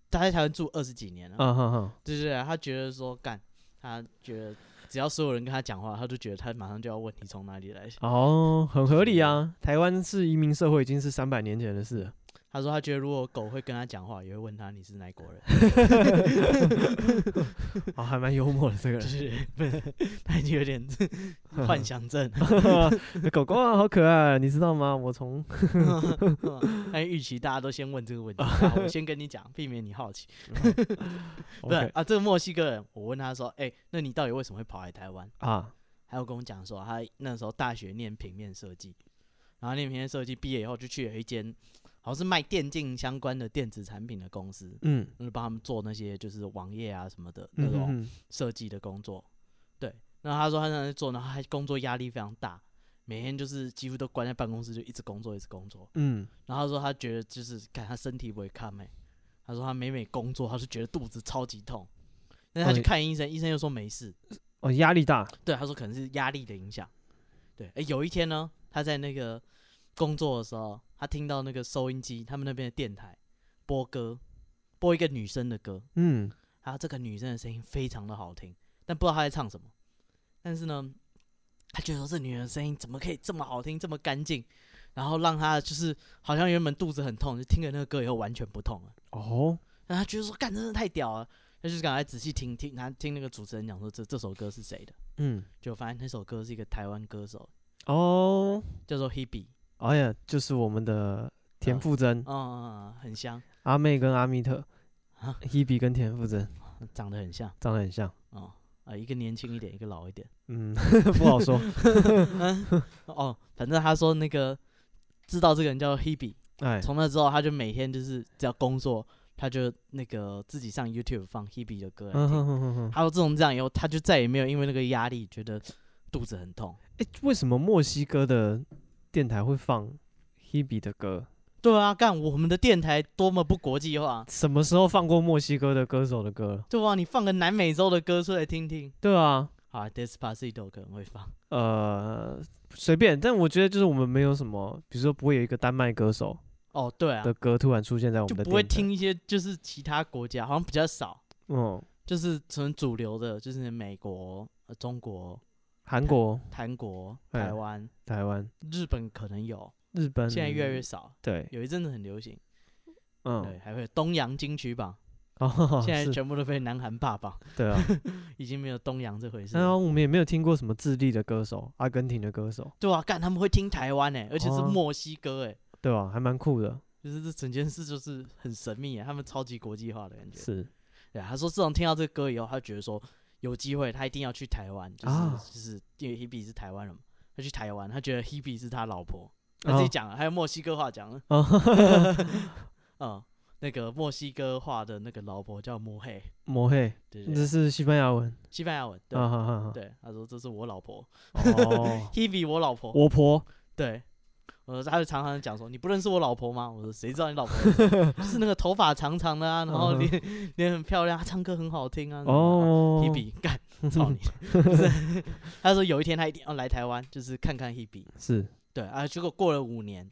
Speaker 2: 他在台湾住二十几年了，
Speaker 1: 嗯哼哼，
Speaker 2: 对对对，他觉得说干，他觉得只要所有人跟他讲话，他就觉得他马上就要问你从哪里来。
Speaker 1: 哦，很合理啊。台湾是移民社会，已经是三百年前的事了。
Speaker 2: 他说他觉得如果狗会跟他讲话，也会问他你是哪国人，
Speaker 1: 哦，还蛮幽默的这个人。
Speaker 2: 就是他已经有点 幻想症，
Speaker 1: 狗狗啊，好可爱，你知道吗？我从
Speaker 2: 但预期大家都先问这个 问题，啊我先跟你讲，避免你好奇。不是
Speaker 1: OK
Speaker 2: 啊，这个墨西哥人，我问他说：“哎、那你到底为什么会跑来台湾
Speaker 1: 啊，？”
Speaker 2: 还有跟我讲说，他那时候大学念平面设计，然后念平面设计毕业以后，就去了一间好像是卖电竞相关的电子产品的公司，
Speaker 1: 嗯，
Speaker 2: 就是帮他们做那些就是网页啊什么的那
Speaker 1: 嗯
Speaker 2: 种
Speaker 1: 哼哼
Speaker 2: 设计的工作。对，然后他说他在那做，然后他工作压力非常大，每天就是几乎都关在办公室，就一直工作，一直工作。
Speaker 1: 嗯，
Speaker 2: 然后他说他觉得就是看他身体不会看没、他说他每每工作，他是觉得肚子超级痛，但是他
Speaker 1: 哦
Speaker 2: 去
Speaker 1: 你
Speaker 2: 看医生，医生又说没事。
Speaker 1: 哦，压力大，
Speaker 2: 对，他说可能是压力的影响。对，哎、有一天呢，他在那个工作的时候，他听到那个收音机，他们那边的电台播歌，播一个女生的歌，
Speaker 1: 嗯，
Speaker 2: 然后这个女生的声音非常的好听，但不知道她在唱什么。但是呢，他觉得说这女人的声音怎么可以这么好听，这么干净，然后让他就是好像原本肚子很痛，就听了那个歌以后完全不痛了。
Speaker 1: 哦，
Speaker 2: 然后他觉得说，干，真的太屌了。他就是赶快仔细听听，他听那个主持人讲说这这首歌是谁的，
Speaker 1: 嗯，
Speaker 2: 就发现那首歌是一个台湾歌手，
Speaker 1: 哦，
Speaker 2: 叫做 Hebe，
Speaker 1: 哎呀，就是我们的田馥甄、
Speaker 2: 嗯，很像，
Speaker 1: 阿妹跟阿密特
Speaker 2: 啊
Speaker 1: ，Hebe 跟田馥甄
Speaker 2: 长得很像，
Speaker 1: 长得很像，
Speaker 2: 哦，啊，一个年轻一点，一个老一点。
Speaker 1: 嗯，不好说，
Speaker 2: 哦，反正他说那个知道这个人叫 Hebe，
Speaker 1: 哎，
Speaker 2: 从那之后，他就每天就是只要工作，他就那个自己上 YouTube 放 Hebe 的歌来
Speaker 1: 嗯
Speaker 2: 听。
Speaker 1: 哼哼哼哼，
Speaker 2: 他说自从这样以后，他就再也没有因为那个压力觉得肚子很痛。
Speaker 1: 哎，为什么墨西哥的电台会放 Hebe 的歌？
Speaker 2: 对啊，干我们的电台多么不国际化，
Speaker 1: 什么时候放过墨西哥的歌手的歌了？
Speaker 2: 对啊，你放个南美洲的歌出来听听。
Speaker 1: 对啊，
Speaker 2: 好，Despacito 可能会放，
Speaker 1: 呃，随便，但我觉得就是我们没有什么，比如说不会有一个丹麦歌手
Speaker 2: 哦，对啊
Speaker 1: 的，歌突然出现在我
Speaker 2: 就
Speaker 1: 们的，
Speaker 2: 不会，听一些就是其他国家好像比较少，
Speaker 1: 嗯，
Speaker 2: 就是纯主流的，就是美国、呃、中国、
Speaker 1: 韩国、
Speaker 2: 韩国、
Speaker 1: 哎
Speaker 2: 台湾、
Speaker 1: 台湾、
Speaker 2: 日本可能有，
Speaker 1: 日本，
Speaker 2: 现在越来越少，
Speaker 1: 对，
Speaker 2: 有一阵子很流行。对，
Speaker 1: 嗯，
Speaker 2: 还会有东洋金曲榜，
Speaker 1: 哦，
Speaker 2: 现在
Speaker 1: 是
Speaker 2: 全部都被南韩霸榜，
Speaker 1: 对啊，
Speaker 2: 已经没有东洋这回事
Speaker 1: 然后
Speaker 2: 了。
Speaker 1: 我们也没有听过什么智利的歌手、阿根廷的歌手，
Speaker 2: 对啊，干他们会听台湾哎，而且是
Speaker 1: 哦
Speaker 2: 墨西哥哎、
Speaker 1: 对吧、还蛮酷的，
Speaker 2: 就是这整件事就是很神秘哎，他们超级国际化的感觉。
Speaker 1: 是，
Speaker 2: 对啊，他说自从听到这个歌以后，他觉得说有机会他一定要去台湾，就是、
Speaker 1: 啊
Speaker 2: 就是因为 Hebe 是台湾人嘛，他去台湾，他觉得 Hebe 是他老婆，他自己
Speaker 1: 哦
Speaker 2: 讲了，啊还有墨西哥话讲了，
Speaker 1: 哦，
Speaker 2: 嗯，那个墨西哥话的那个老婆叫莫黑，
Speaker 1: 抹黑，
Speaker 2: 对对
Speaker 1: 这
Speaker 2: 对，
Speaker 1: 是西班牙文
Speaker 2: 西班牙文，对、
Speaker 1: 啊，哈哈哈，
Speaker 2: 对，他说这是我老婆
Speaker 1: 哦，
Speaker 2: ，Hebe 我老婆，
Speaker 1: 我婆，
Speaker 2: 对，我说他就常常讲说你不认识我老婆吗？我说谁知道你老婆 是谁，就是那个头发长长的啊，然后
Speaker 1: 嗯哼
Speaker 2: 脸脸很漂亮，她唱歌很好听啊，
Speaker 1: 哦
Speaker 2: ，Hebe 干操你，就是他说有一天他一定要来台湾，就是看看 Hebe，
Speaker 1: 是，
Speaker 2: 对啊，结果过了五年。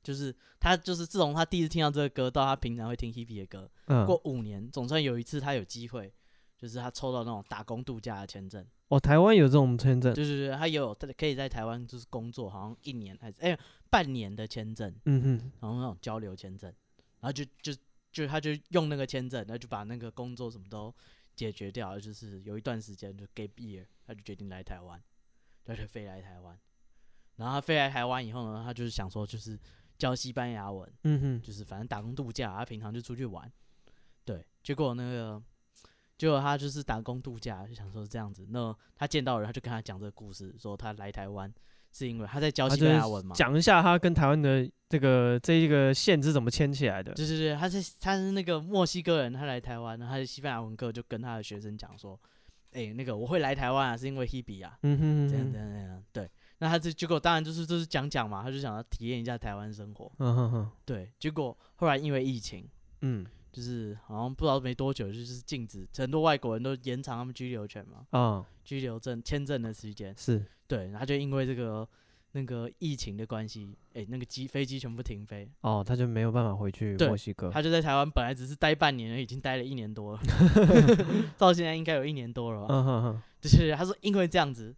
Speaker 2: 就是他，就是自从他第一次听到这个歌，到他平常会听 Hebe 的歌，
Speaker 1: 嗯，
Speaker 2: 过五年，总算有一次他有机会，就是他抽到那种打工度假的签证，
Speaker 1: 哦，台湾有这种签证
Speaker 2: 对，对对，他也有他可以在台湾就是工作，好像一年还是哎、半年的签证，
Speaker 1: 嗯哼，
Speaker 2: 然后那种交流签证，然后就就就他就用那个签证，然后就把那个工作什么都解决掉，就是有一段时间就 gap year，他就决定来台湾，他就飞来台湾，然后他飞来台湾以后呢，他就是想说就是教西班牙文。
Speaker 1: 嗯哼，
Speaker 2: 就是反正打工度假，他啊平常就出去玩。对，结果那个，结果他就是打工度假，就想说是这样子。那他见到人，他就跟他讲这个故事，说他来台湾是因为他在教
Speaker 1: 他
Speaker 2: 西
Speaker 1: 就
Speaker 2: 班
Speaker 1: 是
Speaker 2: 牙文嘛。
Speaker 1: 讲一下他跟台湾的这个这一个线是怎么牵起来的，
Speaker 2: 对对对，他是他是那个墨西哥人，他来台湾，然后他的西班牙文课就跟他的学生讲说，哎、那个我会来台湾啊，是因为 Hebe 啊，
Speaker 1: 嗯哼
Speaker 2: 这样
Speaker 1: 嗯
Speaker 2: 这
Speaker 1: 哼，
Speaker 2: 样这样。对，那他这结果当然就是就是讲讲嘛，他就想要体验一下台湾生活。
Speaker 1: 嗯哼哼，
Speaker 2: 对，结果后来因为疫情，
Speaker 1: 嗯
Speaker 2: 就是好像不知道没多久，就是禁止很多外国人都延长他们居留权嘛，
Speaker 1: 啊，
Speaker 2: 居留证签证的时间。
Speaker 1: 是，
Speaker 2: 对，然后就因为这个那个疫情的关系，哎、那个机飞机全部停飞，
Speaker 1: 哦，他就没有办法回去
Speaker 2: 对
Speaker 1: 墨西哥，
Speaker 2: 他就在台湾本来只是待半年，已经待了一年多了，到现在应该有一年多了吧。
Speaker 1: 嗯哼哼，
Speaker 2: 就是他说因为这样子，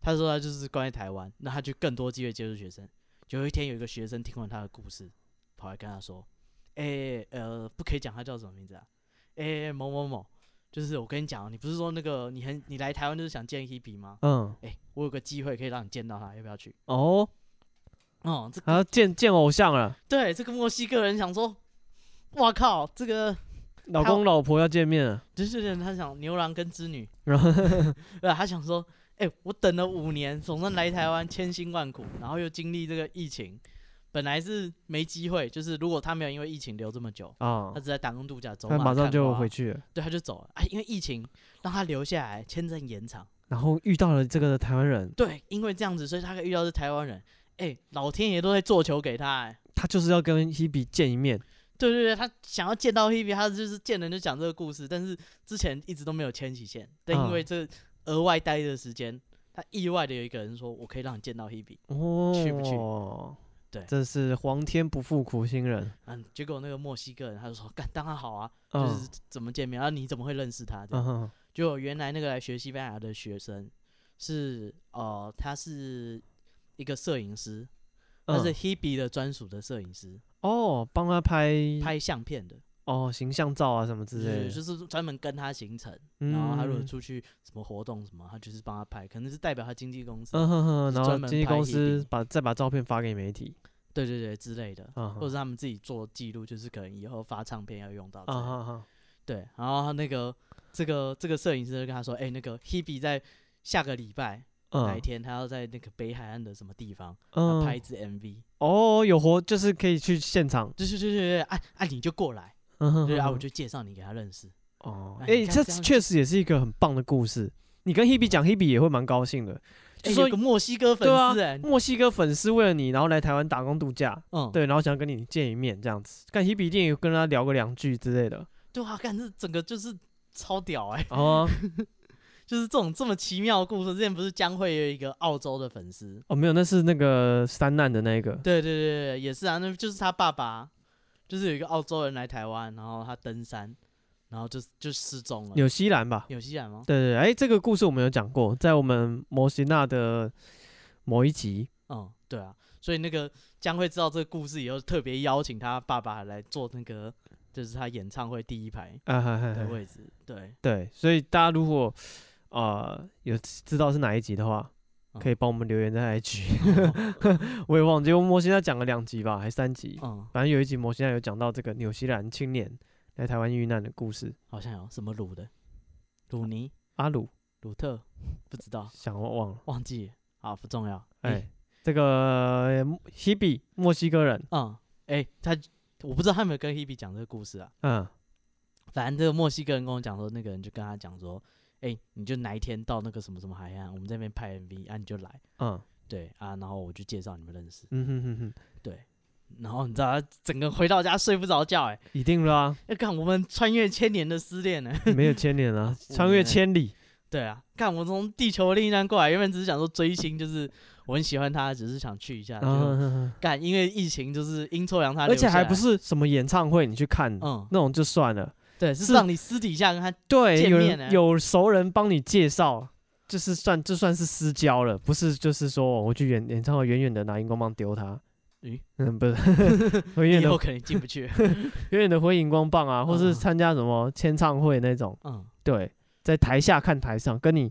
Speaker 2: 他说他就是关于台湾，那他就更多机会接触学生。有一天有一个学生听完他的故事，跑来跟他说：“哎、呃，不可以讲他叫什么名字啊？哎、某某某，就是我跟你讲，啊你不是说那个你很你来台湾就是想见 Hebe 吗？
Speaker 1: 嗯，
Speaker 2: 哎、我有个机会可以让你见到他，要不要去？
Speaker 1: 哦，
Speaker 2: 哦、这
Speaker 1: 他要见见偶像了，
Speaker 2: 对这个墨西哥人想说，哇靠，这个
Speaker 1: 老公老婆要见面了，
Speaker 2: 就是人他想牛郎跟织女，
Speaker 1: 然后
Speaker 2: 对，他想说，哎、我等了五年，总算来台湾，千辛万苦，然后又经历这个疫情，本来是没机会，就是如果他没有因为疫情留这么久，
Speaker 1: 啊
Speaker 2: 他，只在打工度假，走
Speaker 1: 他马上
Speaker 2: 看
Speaker 1: 就
Speaker 2: 花
Speaker 1: 回，去了，
Speaker 2: 对，他就走了，啊，因为疫情让他留下来，签证延长，
Speaker 1: 然后遇到了这个台湾人，
Speaker 2: 对，因为这样子，所以他可以遇到是台湾人，哎、老天爷都在做球给他、哎，
Speaker 1: 他就是要跟 Hebe 见一面，
Speaker 2: 对对对，他想要见到 Hebe，他就是见人就讲这个故事，但是之前一直都没有牵起线，但因为
Speaker 1: 嗯
Speaker 2: 这额外待的时间，他意外的有一个人说，我可以让你见到 Hebe。
Speaker 1: 哦，
Speaker 2: 去不去对
Speaker 1: 这是皇天不负苦心人，
Speaker 2: 嗯，结果那个墨西哥人他就说：“干，当然好啊，就
Speaker 1: 嗯
Speaker 2: 是怎么见面啊？你怎么会认识他？”这
Speaker 1: 嗯
Speaker 2: 样，
Speaker 1: 哼，
Speaker 2: 结果原来那个来学西班牙的学生是呃，他是一个摄影师，他是
Speaker 1: 嗯
Speaker 2: Hebe 的专属的摄影师，
Speaker 1: 哦，帮他拍
Speaker 2: 拍相片的，
Speaker 1: 哦形象照啊什么之
Speaker 2: 就
Speaker 1: 类
Speaker 2: 是
Speaker 1: 的，
Speaker 2: 就是专门跟他行程，
Speaker 1: 嗯
Speaker 2: 然后他如果出去什么活动什么，他就是帮他拍，可能是代表他经纪公司，
Speaker 1: 嗯哼哼，
Speaker 2: 是
Speaker 1: 然后
Speaker 2: 专门
Speaker 1: 经纪
Speaker 2: 拍
Speaker 1: 公
Speaker 2: 黑
Speaker 1: 司
Speaker 2: 底
Speaker 1: 把再把照片发给媒体，
Speaker 2: 对对对之类的，
Speaker 1: 啊
Speaker 2: 或者是他们自己做记录，就是可能以后发唱片要用到之
Speaker 1: 啊
Speaker 2: 类的。
Speaker 1: 哈哈，
Speaker 2: 对，然后他那个这个这个摄影师就跟他说，哎、那个 Hebe 在下个礼拜哪
Speaker 1: 嗯
Speaker 2: 一天，他要在那个北海岸的什么地方、他拍一
Speaker 1: 嗯，
Speaker 2: 支 MV，
Speaker 1: 哦，有活就是可以去现场，
Speaker 2: 对对对对对，啊啊你就过来，
Speaker 1: 嗯哼
Speaker 2: 对啊，
Speaker 1: 哼
Speaker 2: 我
Speaker 1: 哼
Speaker 2: 就介绍你给他认识，
Speaker 1: 哦，
Speaker 2: 哎
Speaker 1: 哎、
Speaker 2: 你看
Speaker 1: 这
Speaker 2: 这样
Speaker 1: 确实也是一个很棒的故事。你跟 Hebe 讲，Hebe 也会蛮高兴的，就说
Speaker 2: 就哎说、有个墨西哥粉
Speaker 1: 对啊
Speaker 2: 丝哎、
Speaker 1: 墨西哥粉丝为了你，然后来台湾打工度假，
Speaker 2: 嗯，
Speaker 1: 对，然后想跟你见一面这样子。看 Hebe 一定有跟他聊个两句之类的。
Speaker 2: 对啊，干这整个就是超屌哎、
Speaker 1: 哦啊，
Speaker 2: 就是这种这么奇妙的故事。之前不是江会有一个澳洲的粉丝，
Speaker 1: 哦，没有，那是那个三难的那个。
Speaker 2: 对对对对，也是啊，那就是他爸爸，就是有一个澳洲人来台湾，然后他登山，然后就就失踪了。
Speaker 1: 纽西兰吧？
Speaker 2: 纽西兰吗？
Speaker 1: 对对对，哎、这个故事我们有讲过，在我们摩西纳的某一集。
Speaker 2: 嗯，对啊，所以那个江会知道这个故事以后，特别邀请他爸爸来做那个，就是他演唱会第一排
Speaker 1: 啊哈哈
Speaker 2: 的
Speaker 1: 哈，
Speaker 2: 位置。对，
Speaker 1: 对，所以大家如果呃有知道是哪一集的话，
Speaker 2: 嗯
Speaker 1: 可以帮我们留言在 IG。
Speaker 2: 哦
Speaker 1: 我也忘记，我们摩西他讲了两集吧，还三集，
Speaker 2: 嗯，
Speaker 1: 反正有一集摩西他有讲到这个纽西兰青年来台湾遇难的故事。
Speaker 2: 好像有什么鲁的，鲁尼、
Speaker 1: 阿鲁
Speaker 2: 鲁特，不知道，
Speaker 1: 想忘了，
Speaker 2: 忘记了，啊，不重要。
Speaker 1: 哎、
Speaker 2: 哎，
Speaker 1: 这个 Hebe 墨西哥人，
Speaker 2: 嗯，哎、他我不知道他有没有跟 Hebe 讲这个故事啊。
Speaker 1: 嗯
Speaker 2: 反正这个墨西哥人跟我讲说，那个人就跟他讲说，哎、你就哪一天到那个什么什么海岸，我们这边拍 MV 啊，你就来。
Speaker 1: 嗯
Speaker 2: 对啊，然后我就介绍你们认识。
Speaker 1: 嗯哼哼哼，
Speaker 2: 然后你知道他整个回到家睡不着觉、哎，
Speaker 1: 一定啦、
Speaker 2: 要看我们穿越千年的思恋呢、
Speaker 1: 没有牵连 啊，
Speaker 2: 五
Speaker 1: 穿越
Speaker 2: 年
Speaker 1: 千里，
Speaker 2: 对啊，看我从地球另一端过来，原本只是想说追星，就是我很喜欢他，只是想去一
Speaker 1: 嗯
Speaker 2: 下。结果
Speaker 1: 嗯 嗯
Speaker 2: 干、因为疫情，就是阴错阳差，
Speaker 1: 而且还不，是什么演唱会，你去看
Speaker 2: 嗯，
Speaker 1: 那种就算了。
Speaker 2: 对，是
Speaker 1: 是
Speaker 2: 让你私底下跟他，
Speaker 1: 对，
Speaker 2: 见
Speaker 1: 有
Speaker 2: 面
Speaker 1: 人
Speaker 2: 啊
Speaker 1: 有熟人帮你介绍，就是算就算是私交了，不是就是说哦我去演演唱会远远的拿荧光棒丢他。
Speaker 2: 咦
Speaker 1: 嗯，不 是，我远远
Speaker 2: 以
Speaker 1: 的
Speaker 2: 后可能进不去。
Speaker 1: 远远的挥荧光棒啊，或
Speaker 2: 嗯
Speaker 1: 是
Speaker 2: 嗯
Speaker 1: 参加什么签唱会那种，
Speaker 2: 嗯，
Speaker 1: 对，在台下看台上，跟你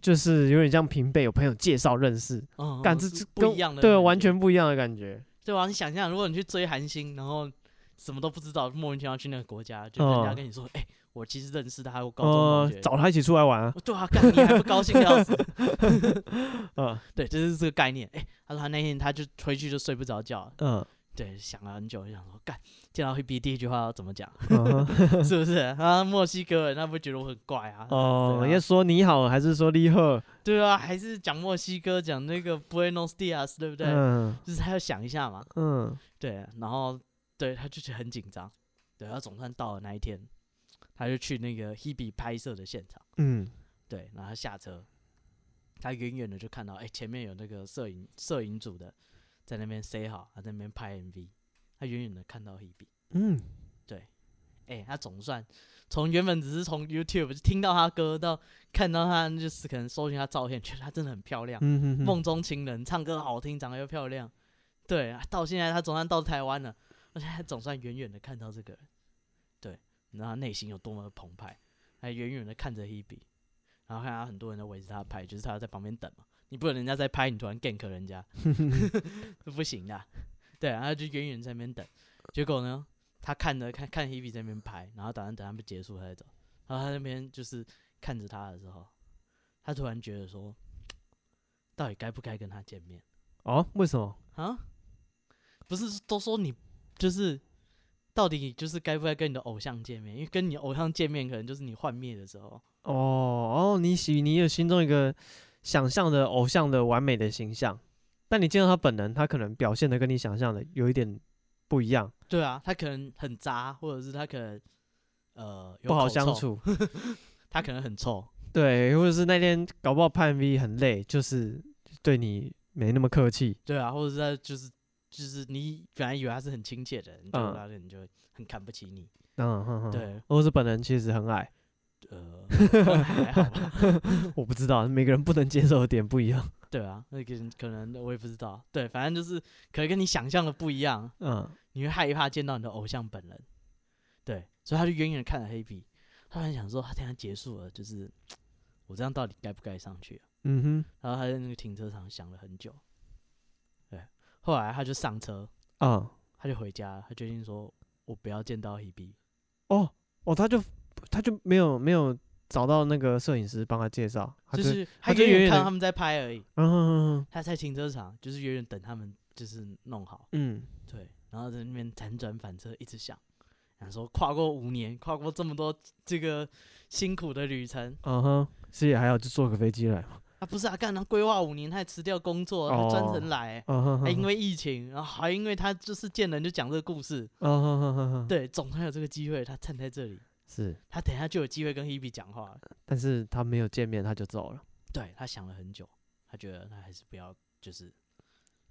Speaker 1: 就是有点像平辈，有朋友介绍认识，
Speaker 2: 嗯，
Speaker 1: 感
Speaker 2: 嗯
Speaker 1: 这
Speaker 2: 是
Speaker 1: 这
Speaker 2: 不
Speaker 1: 跟
Speaker 2: 一样的感觉，
Speaker 1: 对，完全不一样的感觉。
Speaker 2: 对啊吧、你想象，如果你去追韩星，然后什么都不知道，莫名其妙去那个国家，就人家
Speaker 1: 嗯
Speaker 2: 跟你说，哎、我其实认识他，我高中
Speaker 1: 呃
Speaker 2: 同，学。
Speaker 1: 找他一起出来 玩啊，
Speaker 2: 对啊，干你还不高兴 得要死？
Speaker 1: 嗯
Speaker 2: 对，就是这个概念。哎、他说他那天他就回去就睡不着觉，
Speaker 1: 嗯
Speaker 2: 对，想了很久，就想说，干见到 Hebe 第一句话要怎 么讲，
Speaker 1: 嗯哼
Speaker 2: 是不是？啊，墨西哥人，他不会觉得我很怪啊？
Speaker 1: 哦，
Speaker 2: 对啊
Speaker 1: 要说你好还是说你好？
Speaker 2: 对啊，还是讲墨西哥，讲那个 Buenos Dias，对不对？
Speaker 1: 嗯
Speaker 2: 就是他要想一下嘛，
Speaker 1: 嗯。
Speaker 2: 对，然后对他就觉得很紧张，对，他总算到了那一天，他就去那个 Hebe 拍摄的现场，
Speaker 1: 嗯
Speaker 2: 对，然后他下车，他远远的就看到，哎、前面有那个摄影摄影组的在那边 say 好，啊他在那边拍 MV，他远远的看到 Hebe。
Speaker 1: 嗯
Speaker 2: 哎、他总算从原本只是从 YouTube 就听到他歌，到看到他就是可能搜寻他照片，觉得他真的很漂亮，
Speaker 1: 嗯嗯，
Speaker 2: 梦、中情人，唱歌好听，长得又漂亮，对，啊到现在他总算到台湾了，而且他总算远远的看到这个人，对，你知道他内心有多么的澎湃，还远远的看着 Hebe，然后看他很多人都围着他拍，就是他在旁边等嘛，你不能人家在拍，你突然 gank 人家， 这不行的，对，然后就远远在那边等，结果呢，他看着看看 Hebe 在那边拍，然后打算等他们结束他再走，然后他那边就是看着他的时候，他突然觉得说，到底该不该跟他见面
Speaker 1: 哦，为什么？
Speaker 2: 啊？不是都说你就是到底就是该不该跟你的偶像见面？因为跟你偶像见面，可能就是你幻灭的时候。
Speaker 1: 哦哦，你喜你有心中一个想象的偶像的完美的形象，但你见到他本人，他可能表现的跟你想象的有一点不一样，
Speaker 2: 对啊，他可能很渣，或者是他可能呃有
Speaker 1: 不好
Speaker 2: 口
Speaker 1: 相
Speaker 2: 臭，
Speaker 1: 处。
Speaker 2: 他可能很臭。
Speaker 1: 对，或者是那天搞不好拍 MV 很累，就是对你没那么客气。
Speaker 2: 对啊，或者是他就是就是你本来以为他是很亲切的人，结果
Speaker 1: 嗯
Speaker 2: 他可能就会很看不起你。
Speaker 1: 嗯哼哼，，
Speaker 2: 对，
Speaker 1: 或者是本人其实很矮，
Speaker 2: 呃， 还好吧。
Speaker 1: 我不知道，每个人不能接受的点不一样。
Speaker 2: 对啊，那个人可能我也不知道。对，反正就是可能跟你想象的不一样，
Speaker 1: 嗯
Speaker 2: 你会害怕见到你的偶像本人。对，所以他就远远地看着黑皮，他很想说，他等一下结束了，就是我这样到底该不该上去啊、
Speaker 1: 嗯
Speaker 2: 然后他在那个停车场想了很久。对，后来他就上车，
Speaker 1: 哼，嗯
Speaker 2: 他就回家了，他决定说，我不要见到黑皮。
Speaker 1: 哦哦，他就他就没有没有找到那个摄影师帮他介绍，他
Speaker 2: 就
Speaker 1: 就是
Speaker 2: 他
Speaker 1: 他就
Speaker 2: 远远
Speaker 1: 远远
Speaker 2: 看
Speaker 1: 地
Speaker 2: 他们在拍而已，
Speaker 1: 嗯哼哼
Speaker 2: 他在停车场，就是远远等他们就是弄好，
Speaker 1: 嗯
Speaker 2: 对，然后在那边辗转反侧一直想，想说跨过五年，跨过这么多这个辛苦的旅程
Speaker 1: 嗯哼，是也还好，就坐个飞机来嘛。
Speaker 2: 啊，不是啊，干他规划五年，他还辞掉工作，他专程来、欸，
Speaker 1: 嗯哼
Speaker 2: 还
Speaker 1: 哼
Speaker 2: 因
Speaker 1: 哼，
Speaker 2: 为疫情，然后还因为他就是见人就讲这个故事，
Speaker 1: 嗯哼哼哼哼，
Speaker 2: 对，总算有这个机会，他站在这里，
Speaker 1: 是，
Speaker 2: 他等一下就有机会跟 Hebe 讲话了，
Speaker 1: 但是他没有见面，他就走了。
Speaker 2: 对他想了很久，他觉得他还是不要，就是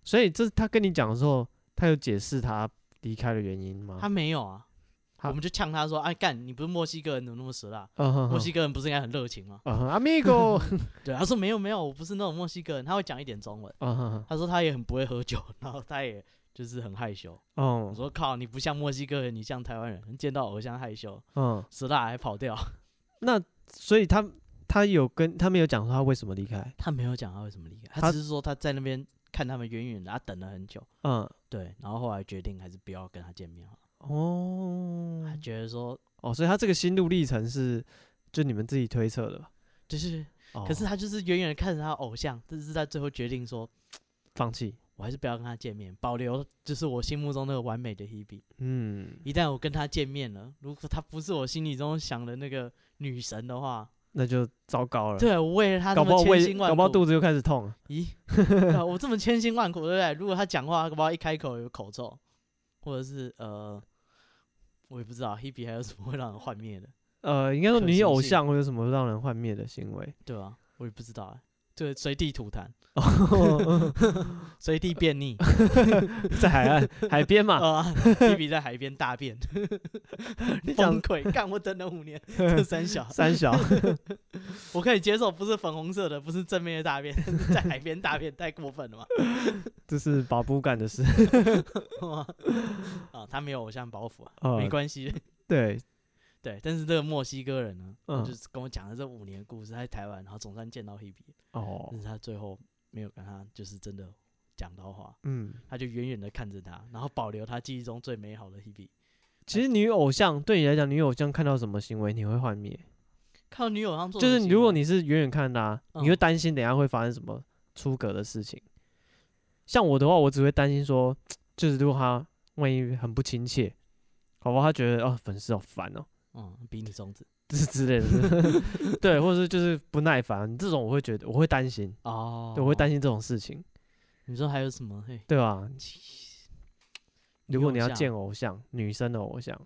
Speaker 1: 所以这他跟你讲的时候，他有解释他离开的原因吗？
Speaker 2: 他没有
Speaker 1: 嗯
Speaker 2: 啊。
Speaker 1: 他
Speaker 2: 我们就呛他说：“哎，干，你不是墨西哥人，怎么那么蛇辣？啊
Speaker 1: 嗯哼
Speaker 2: 墨
Speaker 1: 哼
Speaker 2: 西哥人不是应该很热情吗？
Speaker 1: 嗯哼，amigo，
Speaker 2: 对，他说没有没有，我不是那种墨西哥人，他会讲一点中文。
Speaker 1: 嗯哼哼，
Speaker 2: 他说他也很不会喝酒，然后他也就是很害羞。我
Speaker 1: 哦，
Speaker 2: 说靠，你不像墨西哥人，你像台湾人，见到偶像害羞，
Speaker 1: 嗯，
Speaker 2: 死大还跑掉。
Speaker 1: 那所以他他有跟他没有讲说他为什么离开？
Speaker 2: 他没有讲他为什么离开，他
Speaker 1: 他
Speaker 2: 只是说他在那边看他们远远的，他等了很久。
Speaker 1: 嗯，
Speaker 2: 对，然后后来决定还是不要跟他见面好了。
Speaker 1: 哦
Speaker 2: 他觉得说
Speaker 1: 哦，所以他这个心路历程是就你们自己推测的吧。
Speaker 2: 就是，
Speaker 1: 哦
Speaker 2: 可是他就是远远的看着他的偶像，这是他最后决定说
Speaker 1: 放弃。
Speaker 2: 我还是不要跟他见面，保留就是我心目中那个完美的 Hebe。
Speaker 1: 嗯，
Speaker 2: 一旦我跟他见面了，如果他不是我心里中想的那个女神的话，
Speaker 1: 那就糟糕了。，
Speaker 2: 对我为了他这
Speaker 1: 搞不好
Speaker 2: 么千
Speaker 1: 胃，
Speaker 2: 辛万
Speaker 1: 搞
Speaker 2: 苦，
Speaker 1: 不好肚子又开始痛了。
Speaker 2: 咦， 对啊我这么千辛万苦，对不对？如果他讲话，搞不好一开口有口臭，或者是呃，我也不知道 Hebe 还有什么会让人幻灭的，
Speaker 1: 呃，应该说
Speaker 2: 可
Speaker 1: 女
Speaker 2: 行
Speaker 1: 偶
Speaker 2: 性
Speaker 1: 像会有什么让人幻灭的行 为？
Speaker 2: 对吧、我也不知道哎、对，随地吐痰，
Speaker 1: 哦，
Speaker 2: 随地便 溺
Speaker 1: 在海岸海边嘛，
Speaker 2: 啊！Hebe 在海边大便，
Speaker 1: 你
Speaker 2: 崩
Speaker 1: 讲
Speaker 2: 溃，干我等了五 年，这三小
Speaker 1: 三小，
Speaker 2: 我可以接受，不是粉红色的，不是正面的大便， 但是在海边大便太过分了吧？
Speaker 1: 这是保布干的事。
Speaker 2: 啊，他没有偶像包袱啊，
Speaker 1: 哦
Speaker 2: 没关系。
Speaker 1: 对，
Speaker 2: 对，但是这个墨西哥人呢，他
Speaker 1: 嗯
Speaker 2: 就是跟我讲了这五年的故事，他在台湾，然后总算见到 Hebe，
Speaker 1: 哦
Speaker 2: 但，是他最后没有跟他就是真的讲到话，
Speaker 1: 嗯，
Speaker 2: 他就远远的看着他，然后保留他记忆中最美好的 Hebe。
Speaker 1: 其实女偶像对你来讲，女偶像看到什么行为你会幻灭？
Speaker 2: 看到女友上做
Speaker 1: 就
Speaker 2: 什么
Speaker 1: 是
Speaker 2: 行
Speaker 1: 如果
Speaker 2: 为
Speaker 1: 你是远远看的、啊，你会
Speaker 2: 嗯
Speaker 1: 担心等一下会发生什么出格的事情。像我的话，我只会担心说，就是如果他万一很不亲切，好吧，他觉得哦粉丝好烦哦，
Speaker 2: 嗯比你中指
Speaker 1: 之之类的， 对，或者是就是不耐烦这种，我会觉得我会担心，
Speaker 2: 哦
Speaker 1: 对，我会担
Speaker 2: 心。
Speaker 1: 心这种事情，
Speaker 2: 你说还有什么？嘿，
Speaker 1: 对吧？如果你要
Speaker 2: 哦偶像
Speaker 1: 见偶像，女生的偶像，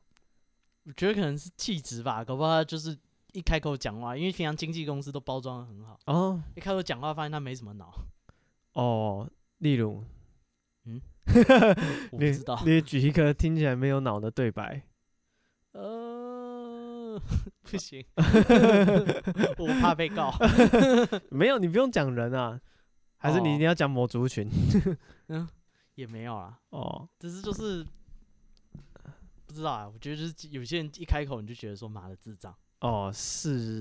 Speaker 2: 我觉得可能是气质吧，搞不好他就是一开口讲话，因为平常经纪公司都包装的很好，
Speaker 1: 哦
Speaker 2: 一开口讲话发现他没什么脑，
Speaker 1: 哦，例如
Speaker 2: 我不
Speaker 1: 你
Speaker 2: 知 道，
Speaker 1: 你举一个听起来没有脑的对白，
Speaker 2: 呃， 不 行，我怕被告。
Speaker 1: 没有，你不用讲人啊，还是你
Speaker 2: 哦
Speaker 1: 你要讲某族群
Speaker 2: 嗯，也没有啦，
Speaker 1: 哦，
Speaker 2: 只是就是不知道啊。我觉得就是有些人一开口你就觉得说妈的智障，
Speaker 1: 哦，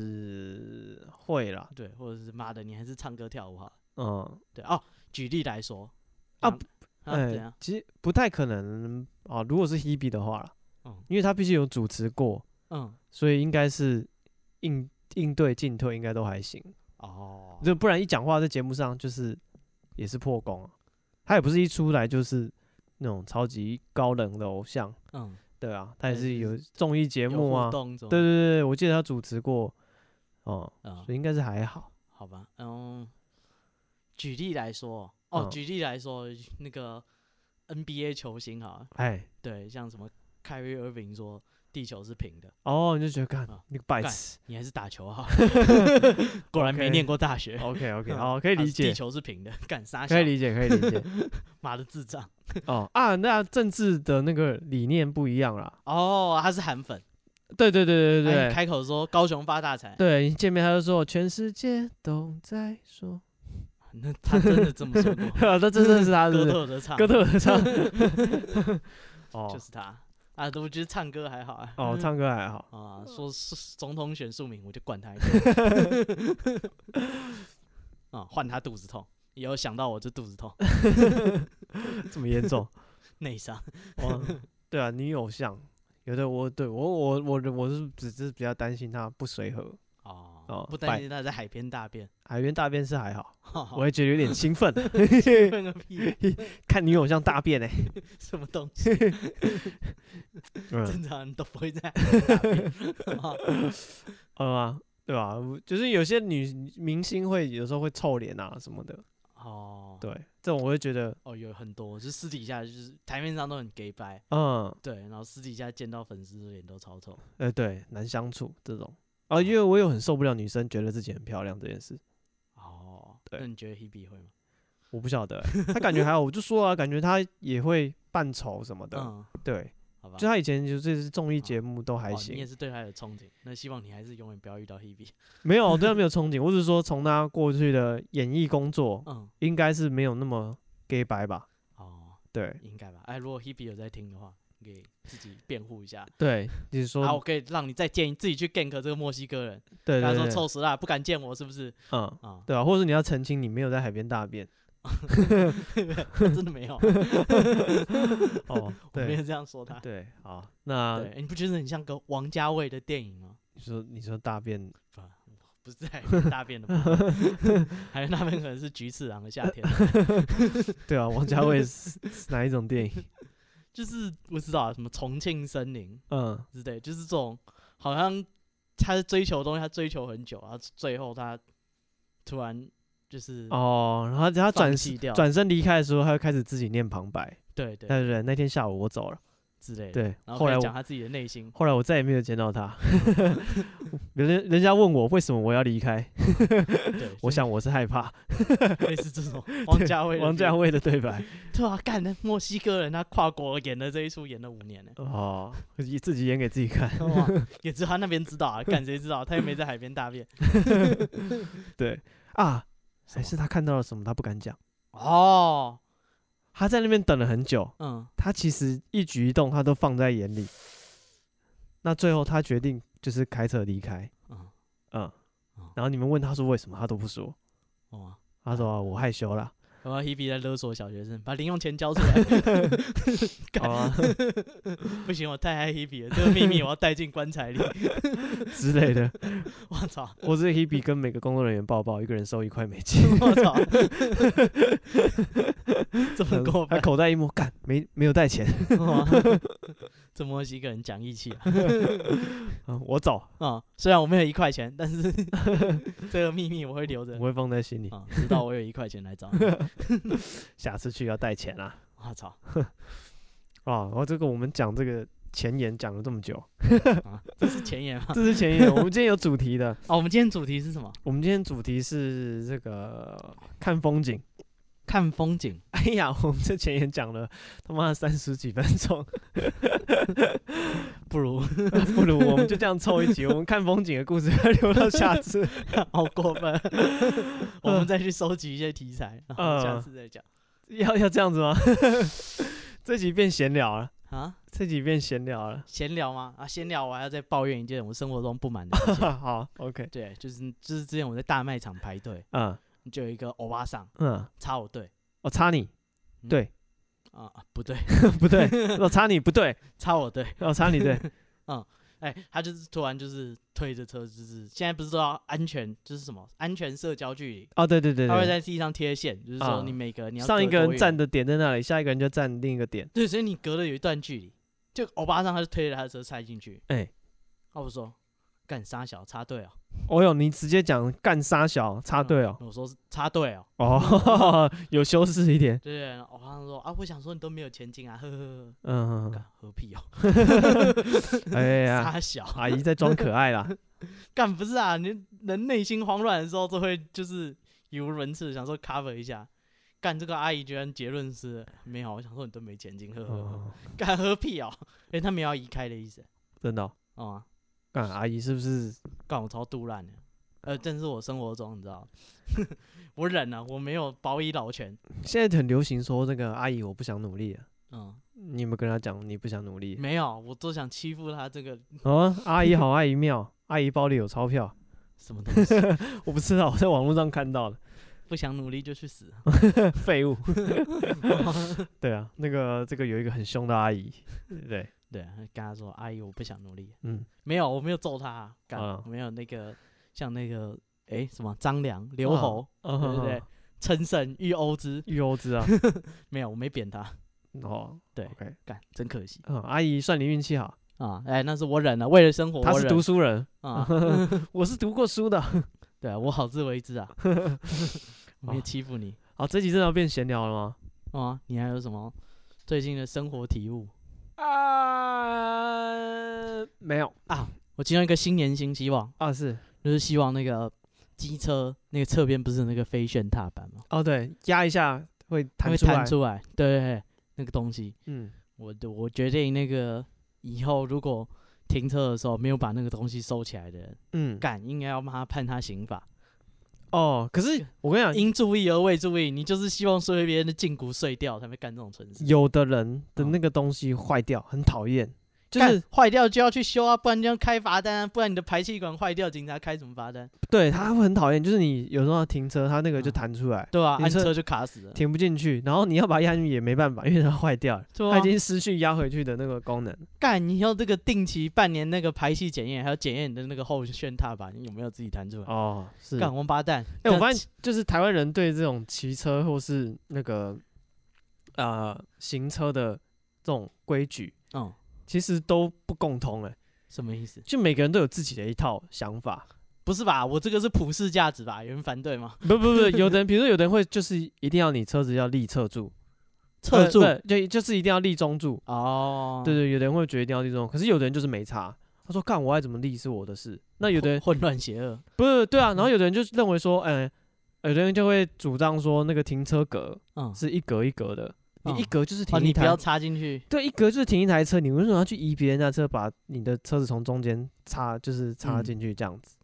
Speaker 1: 是会啦，
Speaker 2: 对，或者是妈的你还是唱歌跳舞好了，
Speaker 1: 嗯，
Speaker 2: 对哦。举例来说
Speaker 1: 啊
Speaker 2: 杨
Speaker 1: 不
Speaker 2: 啊
Speaker 1: 哎
Speaker 2: 怎样？
Speaker 1: 其实不太可能啊。如果是 Hebe 的话啦，
Speaker 2: 嗯
Speaker 1: 因为他毕竟有主持过，
Speaker 2: 嗯
Speaker 1: 所以应该是应应对进退应该都还行。
Speaker 2: 哦，
Speaker 1: 就不然一讲话在节目上就是也是破功啊，他也不是一出来就是那种超级高冷的偶像，
Speaker 2: 嗯，
Speaker 1: 对啊，他也
Speaker 2: 还
Speaker 1: 是
Speaker 2: 是
Speaker 1: 有综艺节
Speaker 2: 节
Speaker 1: 目啊，对
Speaker 2: 动对
Speaker 1: 对对，对我记得他主持过，哦、
Speaker 2: 嗯
Speaker 1: 所，以应该是还好。
Speaker 2: 好吧，嗯，举例来说，哦，
Speaker 1: 嗯
Speaker 2: 举例来说，那个 NBA 球星哈，
Speaker 1: 哎，
Speaker 2: 对，像什么凯瑞·厄文说地球是平的，
Speaker 1: 哦，你就觉得看
Speaker 2: 啊
Speaker 1: 那个白
Speaker 2: 干
Speaker 1: 痴
Speaker 2: 你还是打球好， 果然没
Speaker 1: OK
Speaker 2: 念过大学。
Speaker 1: ，OK OK，
Speaker 2: 嗯
Speaker 1: 哦，可以
Speaker 2: 啊
Speaker 1: 理解
Speaker 2: 地，球是平的，干啥？
Speaker 1: 可以理解，可以理 解。
Speaker 2: 妈的智障！
Speaker 1: 哦啊，那政治的那个理念不一样啦。
Speaker 2: 哦，他是韩粉，
Speaker 1: 对对对对
Speaker 2: 他一
Speaker 1: 对对，
Speaker 2: 开口说高雄发大财，
Speaker 1: 哎对一见面他就说全世界都在 说，，
Speaker 2: 那他真的这么说过
Speaker 1: 那这真的是 他
Speaker 2: 哥
Speaker 1: 的
Speaker 2: 特的唱，
Speaker 1: 哥特合唱。哦
Speaker 2: 就是他啊，我觉得唱歌还好啊。
Speaker 1: 哦，唱歌还好。
Speaker 2: 啊，说是总统选庶民，我就管他一顿。 啊，换他肚子痛，以后想到我就肚 子痛，
Speaker 1: 这么严 重？
Speaker 2: 内伤。
Speaker 1: 哦，对啊，女偶像有的我对我我我我是只是比较担心她不随和。
Speaker 2: 哦，
Speaker 1: 哦
Speaker 2: 不
Speaker 1: 拜
Speaker 2: 担心他在海边大便，
Speaker 1: 海边大便是还好，我
Speaker 2: 我
Speaker 1: 会觉得有点兴 奋，
Speaker 2: 问个 屁，
Speaker 1: 看女偶像大便呢、欸
Speaker 2: 什么东西？
Speaker 1: 嗯
Speaker 2: 正常人都不会在海边大便。哦
Speaker 1: 呃啊，对吧、啊？就是有些女明星会有时候会臭脸啊什么的，
Speaker 2: 哦，
Speaker 1: 对，这种我会觉得，
Speaker 2: 哦，有很多，就私底下就是台面上都很 gay 白，
Speaker 1: 嗯，
Speaker 2: 对，然后私底下见到粉丝脸都超臭。
Speaker 1: 呃，对，难相处这种。
Speaker 2: 嗯
Speaker 1: 啊，因为我有很受不了女生觉得自己很漂亮这件事，
Speaker 2: 哦，
Speaker 1: 对
Speaker 2: 那你觉得 Hebe 会吗？
Speaker 1: 我不晓得 欸、她感觉还好，我就说啊，感觉她也会扮丑什么的，
Speaker 2: 嗯，
Speaker 1: 对，
Speaker 2: 好吧，
Speaker 1: 就她以前就是综艺节目都还
Speaker 2: 哦你也
Speaker 1: 行，
Speaker 2: 是对他有憧憬，那希望你还是永远不要遇到 Hebe。
Speaker 1: 没有我对她没有憧憬，我只是说从她过去的演艺工作
Speaker 2: 嗯，
Speaker 1: 应该是没有那么 gay 白吧，
Speaker 2: 哦，
Speaker 1: 对
Speaker 2: 应该吧。哎，如果 Hebe 有在听的话，你可以自己辩护一下。
Speaker 1: 对，你说、
Speaker 2: 啊，我可以让你再建议自己去 gank 这个墨西哥人，
Speaker 1: 对
Speaker 2: 跟他
Speaker 1: 对
Speaker 2: 说
Speaker 1: 对，
Speaker 2: 臭死啦，不敢见我是不是？
Speaker 1: 嗯，
Speaker 2: 啊、
Speaker 1: 对啊，或者你要澄清你没有在海边大 便，
Speaker 2: 真的没有，
Speaker 1: 哦，
Speaker 2: 我 没有
Speaker 1: 对
Speaker 2: 这样说他。
Speaker 1: 对，好，那
Speaker 2: 对，你不觉得很像个王家卫的电影吗？
Speaker 1: 你说你说大便
Speaker 2: 不，不是海绵大便的 部分海绵大便可能是菊次郎的夏天，
Speaker 1: 对啊，王家卫是是哪一种电 影？
Speaker 2: 就是不知道啊什么重庆森林
Speaker 1: 嗯，
Speaker 2: 之类，就是这种好像他追求的东西，他追求很久，然后最后他突然就是
Speaker 1: 哦，然后他转
Speaker 2: 放
Speaker 1: 身
Speaker 2: 弃掉，
Speaker 1: 转身离开的时候，他就开始自己念旁白，
Speaker 2: 对
Speaker 1: 对
Speaker 2: 对
Speaker 1: 对对，那天下午我走了，
Speaker 2: 之类的，
Speaker 1: 对，
Speaker 2: 然
Speaker 1: 后
Speaker 2: 后
Speaker 1: 来
Speaker 2: 开始
Speaker 1: 我
Speaker 2: 讲他自己的内心，
Speaker 1: 后来我再也没有见到 他，人人家问我为什么我要离开，
Speaker 2: 对，
Speaker 1: 我
Speaker 2: 所
Speaker 1: 想我是害怕
Speaker 2: 以 类似这 种王家卫的
Speaker 1: 王家
Speaker 2: 片
Speaker 1: 卫的对 白，
Speaker 2: 对啊，干的墨西哥人他跨国演的这一出演了五年 呢、
Speaker 1: 哦，自己演给自己看，
Speaker 2: 哇，也只有他那边知道啊，干谁知道？他又没在海边大便。
Speaker 1: 对啊，还
Speaker 2: 什么
Speaker 1: 是他看到了什么，他不敢讲，
Speaker 2: 哦，
Speaker 1: 他在那边等了很久，
Speaker 2: 嗯，
Speaker 1: 他其实一举一动他都放在眼里，那最后他决定就是开车离开，
Speaker 2: 嗯
Speaker 1: 嗯嗯
Speaker 2: 哦，
Speaker 1: 然后你们问他说为什么，他都不说，
Speaker 2: 哇，
Speaker 1: 他说、啊我害羞啦，
Speaker 2: 我要 Hebe 在勒索小学生，把零用钱交出来。干
Speaker 1: 好 啊
Speaker 2: 不行，我太爱 Hebe 了，这个秘密我要带进棺材里。
Speaker 1: 之类的，
Speaker 2: 我操，
Speaker 1: 我是 Hebe 跟每个工作人员抱抱，一个人收一块美金。
Speaker 2: 我操，这么过
Speaker 1: 他
Speaker 2: 分
Speaker 1: 口袋一摸，干没没有带 钱，
Speaker 2: 哇这墨西哥人讲义气啊！
Speaker 1: 嗯我走，
Speaker 2: 啊，虽然我没有一块钱，但是这个秘密我会留着
Speaker 1: 我。会放在心里，
Speaker 2: 啊，直到我有一块钱来找你。
Speaker 1: 下次去要带钱啊
Speaker 2: 我操，
Speaker 1: 啊！然后这个我们讲这个前言讲了这么久，
Speaker 2: 啊，这是前言吗？
Speaker 1: 这是前言，我们今天有主题的，
Speaker 2: 哦，我们今天主题是什么？
Speaker 1: 我们今天主题是这个看风景。
Speaker 2: 看风景。
Speaker 1: 哎呀，我们这前言讲了他妈三十几分钟，
Speaker 2: 不如
Speaker 1: 不如我们就这样凑一集，我们看风景的故事留到下 次。
Speaker 2: 好过分，我们再去收集一些题材，然后下
Speaker 1: 嗯
Speaker 2: 次再讲
Speaker 1: 要要这样子吗？ 这集变闲聊了，
Speaker 2: 啊。
Speaker 1: 这集变闲聊了。
Speaker 2: 闲聊吗？啊，闲聊，我还要再抱怨一件我生活中不满的 事情。
Speaker 1: 好，OK，
Speaker 2: 对，就是就是之前我在大卖场排队，
Speaker 1: 嗯
Speaker 2: 就有一个欧巴桑
Speaker 1: 嗯，
Speaker 2: 插我队
Speaker 1: 我插你，
Speaker 2: 啊、啊不对，
Speaker 1: 不对，我插你哦不对，
Speaker 2: 插我队。
Speaker 1: 我插你 对，
Speaker 2: 哎、他就是突然就是推着车，就是现在不是都要安全，就是什么安全社交距离，
Speaker 1: 哦，对对对
Speaker 2: 他会
Speaker 1: 对，
Speaker 2: 在地上贴线，就是说
Speaker 1: 啊
Speaker 2: 你每个你要
Speaker 1: 上一
Speaker 2: 隔
Speaker 1: 个
Speaker 2: 多
Speaker 1: 人
Speaker 2: 远
Speaker 1: 站的点在那里，下一个人就站另一个点，
Speaker 2: 对，所以你隔了有一段距离，就欧巴桑他就推着他的车塞进去，
Speaker 1: 哎，
Speaker 2: 啊，我说干啥小插队哦，嗯
Speaker 1: 哦哟，你直接讲干杀小插队哦，
Speaker 2: 我说是插队哦，
Speaker 1: 哦，有修饰一点，
Speaker 2: 对对，然后欧巴桑说啊，我想说你都没有前进啊，呵呵呵，
Speaker 1: 嗯，
Speaker 2: 干何必哦，
Speaker 1: 哎呀，
Speaker 2: 傻小
Speaker 1: 阿姨在装可 爱啦，
Speaker 2: 干不是啊，你人内心慌乱的时候都会就是语无伦次，想说 cover 一下。干这个阿姨居然结论是没有，我想说你都没前进，呵呵呵，
Speaker 1: 哦，
Speaker 2: 干何必哦？哎、他们要移开的意思，
Speaker 1: 真的哦，
Speaker 2: 哦、啊，
Speaker 1: 干阿姨是不是？
Speaker 2: 干我超杜烂的，呃，正是我生活中，你知道， 我忍了、我没有保以老拳，
Speaker 1: 现在很流行说这个阿姨我不想努力了，
Speaker 2: 嗯，
Speaker 1: 你有没有跟她讲你不想努力？
Speaker 2: 没有，我都想欺负他这个
Speaker 1: 哦，阿姨好，阿姨妙， 阿姨包里有钞票，
Speaker 2: 什么东西，
Speaker 1: 我不知道，我在网络上看 到的，
Speaker 2: 不想努力就去死，
Speaker 1: 废 物。对啊，那个这个有一个很凶的阿姨，对，
Speaker 2: 对，啊跟他说，阿姨，我不想努力，
Speaker 1: 嗯，
Speaker 2: 没有，我没有揍他，啊干，
Speaker 1: 嗯
Speaker 2: 我没有那个像那个，哎、什么张良、
Speaker 1: 嗯
Speaker 2: 刘侯，
Speaker 1: 对
Speaker 2: 对不对？陈胜、玉欧之，
Speaker 1: 育欧 之啊，
Speaker 2: 没有，我没扁他，
Speaker 1: 哦，
Speaker 2: 对
Speaker 1: ，OK，
Speaker 2: 干，真可惜
Speaker 1: 嗯，阿姨算你运气好，
Speaker 2: 啊，哎、那是我忍了，为了生活，
Speaker 1: 她
Speaker 2: 我
Speaker 1: 是
Speaker 2: 忍
Speaker 1: 读书人，
Speaker 2: 啊，
Speaker 1: 我是读过书的。
Speaker 2: 对我好自为之啊，我没有欺负你。
Speaker 1: 好，这集真的要变闲聊了吗？
Speaker 2: 哦，你还有什么最近的生活体悟
Speaker 1: 啊，没有
Speaker 2: 啊？我其中一个新年新希望，
Speaker 1: 啊，是
Speaker 2: 就是希望那个机车那个侧边不是有那个飞旋踏板吗？
Speaker 1: 哦，对，压一下会
Speaker 2: 它
Speaker 1: 弹
Speaker 2: 会
Speaker 1: 出来
Speaker 2: 弹，出来，对对对，那个东西，
Speaker 1: 嗯，
Speaker 2: 我我决定那个以后如果停车的时候没有把那个东西收起来的人，
Speaker 1: 嗯，
Speaker 2: 干应该要骂他判他刑法，
Speaker 1: 哦，可是我跟你讲，
Speaker 2: 应注意而未注意，你就是希望说被别人的胫骨碎掉才会干这种蠢事。
Speaker 1: 有的人的
Speaker 2: 哦
Speaker 1: 那个东西坏掉，很讨厌，就
Speaker 2: 干
Speaker 1: 是
Speaker 2: 坏掉就要去修啊，不然就要开罚单啊，不然你的排气管坏掉，警察开什么罚单？
Speaker 1: 对他会很讨厌，就是你有时候要停车，他那个就
Speaker 2: 嗯
Speaker 1: 弹出来，
Speaker 2: 对吧、啊？
Speaker 1: 你
Speaker 2: 按
Speaker 1: 车
Speaker 2: 车就卡死了，
Speaker 1: 停不进去，然后你要把它压进去也没办法，因为它坏掉了，
Speaker 2: 对
Speaker 1: 它
Speaker 2: 啊
Speaker 1: 已。经失去压回去的那个功能。
Speaker 2: 干，你要这个定期半年那个排气检验，还要检验你的那个后旋踏板你有没有自己弹出来？
Speaker 1: 哦，是。
Speaker 2: 干王八蛋！
Speaker 1: 哎、我
Speaker 2: 干
Speaker 1: 发现就是台湾人对这种骑车或是那个呃行车的这种规矩，
Speaker 2: 嗯，
Speaker 1: 其实都不共通哎、
Speaker 2: 什么意思？
Speaker 1: 就每个人都有自己的一套想法。
Speaker 2: 不是吧？我这个是普世价值吧？有人反对吗？
Speaker 1: 不 不不，有的人，比如说有的人会就是一定要你车子要立侧柱，
Speaker 2: 侧
Speaker 1: 呃
Speaker 2: 柱
Speaker 1: 对，就就是一定要立中柱。
Speaker 2: 哦，
Speaker 1: 对对，有的人会觉得一定要立中，可是有的人就是没差。他说：“干，我爱怎么立是我的事。”那有的人
Speaker 2: 混混乱邪恶，
Speaker 1: 不是对啊，然后有的人就认为说，嗯、有的人就会主张说，那个停车格
Speaker 2: 嗯，
Speaker 1: 是一格一格的，你一
Speaker 2: 嗯
Speaker 1: 格就是停
Speaker 2: 哦，
Speaker 1: 一
Speaker 2: 你不
Speaker 1: 台，
Speaker 2: 要插进去，
Speaker 1: 对，一格就是停一台车，你为什么要去移别人家车，把你的车子从中间插，就是插
Speaker 2: 嗯
Speaker 1: 进去这样子？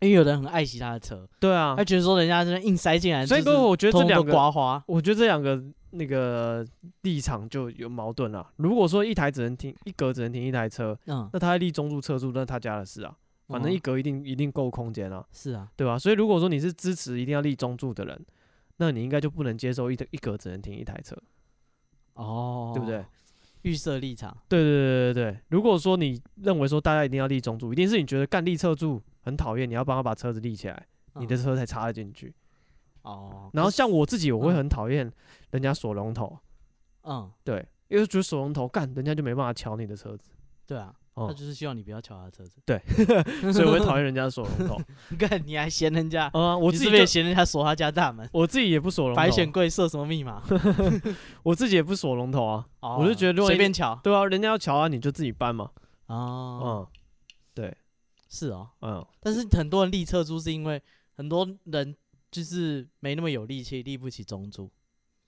Speaker 2: 因为有的人很爱惜他的车，
Speaker 1: 对啊
Speaker 2: 他，觉得说人家这边硬塞进来，
Speaker 1: 所以
Speaker 2: 就是
Speaker 1: 我觉得
Speaker 2: 通
Speaker 1: 这
Speaker 2: 通
Speaker 1: 两
Speaker 2: 都
Speaker 1: 个，
Speaker 2: 刮花，
Speaker 1: 我觉得这两个那个立场就有矛盾了。如果说一台只能停一格，只能停一台车，
Speaker 2: 嗯，
Speaker 1: 那他在立中柱、侧柱，那他家的事啊，反正
Speaker 2: 嗯
Speaker 1: 一格一定一定够空间啊。
Speaker 2: 是啊，
Speaker 1: 对吧、所以如果说你是支持一定要立中柱的人，那你应该就不能接受一一格只能停一台车，
Speaker 2: 哦，
Speaker 1: 对不对？？
Speaker 2: 预设立场，
Speaker 1: 对对对对对。如果说你认为说大家一定要立中柱，一定是你觉得干立侧柱很讨厌，你要帮他把车子立起来，你的
Speaker 2: 嗯
Speaker 1: 车才插得进去。
Speaker 2: 哦，
Speaker 1: 然后像我自己，我会
Speaker 2: 嗯
Speaker 1: 很讨厌人家锁龙头，
Speaker 2: 嗯，
Speaker 1: 对，因为觉得锁龙头干人家就没办法瞧你的车子，
Speaker 2: 对啊，
Speaker 1: 哦
Speaker 2: 他就是希望你不要敲他的车子，
Speaker 1: 对，所以我会讨厌人家锁龙头。
Speaker 2: 你看你还嫌人家，
Speaker 1: 嗯啊，我
Speaker 2: 你
Speaker 1: 自己
Speaker 2: 是不是
Speaker 1: 就
Speaker 2: 也嫌人家锁他家大门，
Speaker 1: 我自己也不锁龙
Speaker 2: 白显
Speaker 1: 头，
Speaker 2: 贵设什么密码？
Speaker 1: 我自己也不锁龙头啊，
Speaker 2: 哦
Speaker 1: 我就觉得如果
Speaker 2: 随
Speaker 1: 你
Speaker 2: 便瞧，
Speaker 1: 对啊，人家要瞧啊，你就自己搬嘛，
Speaker 2: 哦，
Speaker 1: 嗯，对，
Speaker 2: 是哦，
Speaker 1: 嗯。
Speaker 2: 但是很多人立侧柱是因为很多人就是没那么有力气，立不起中柱。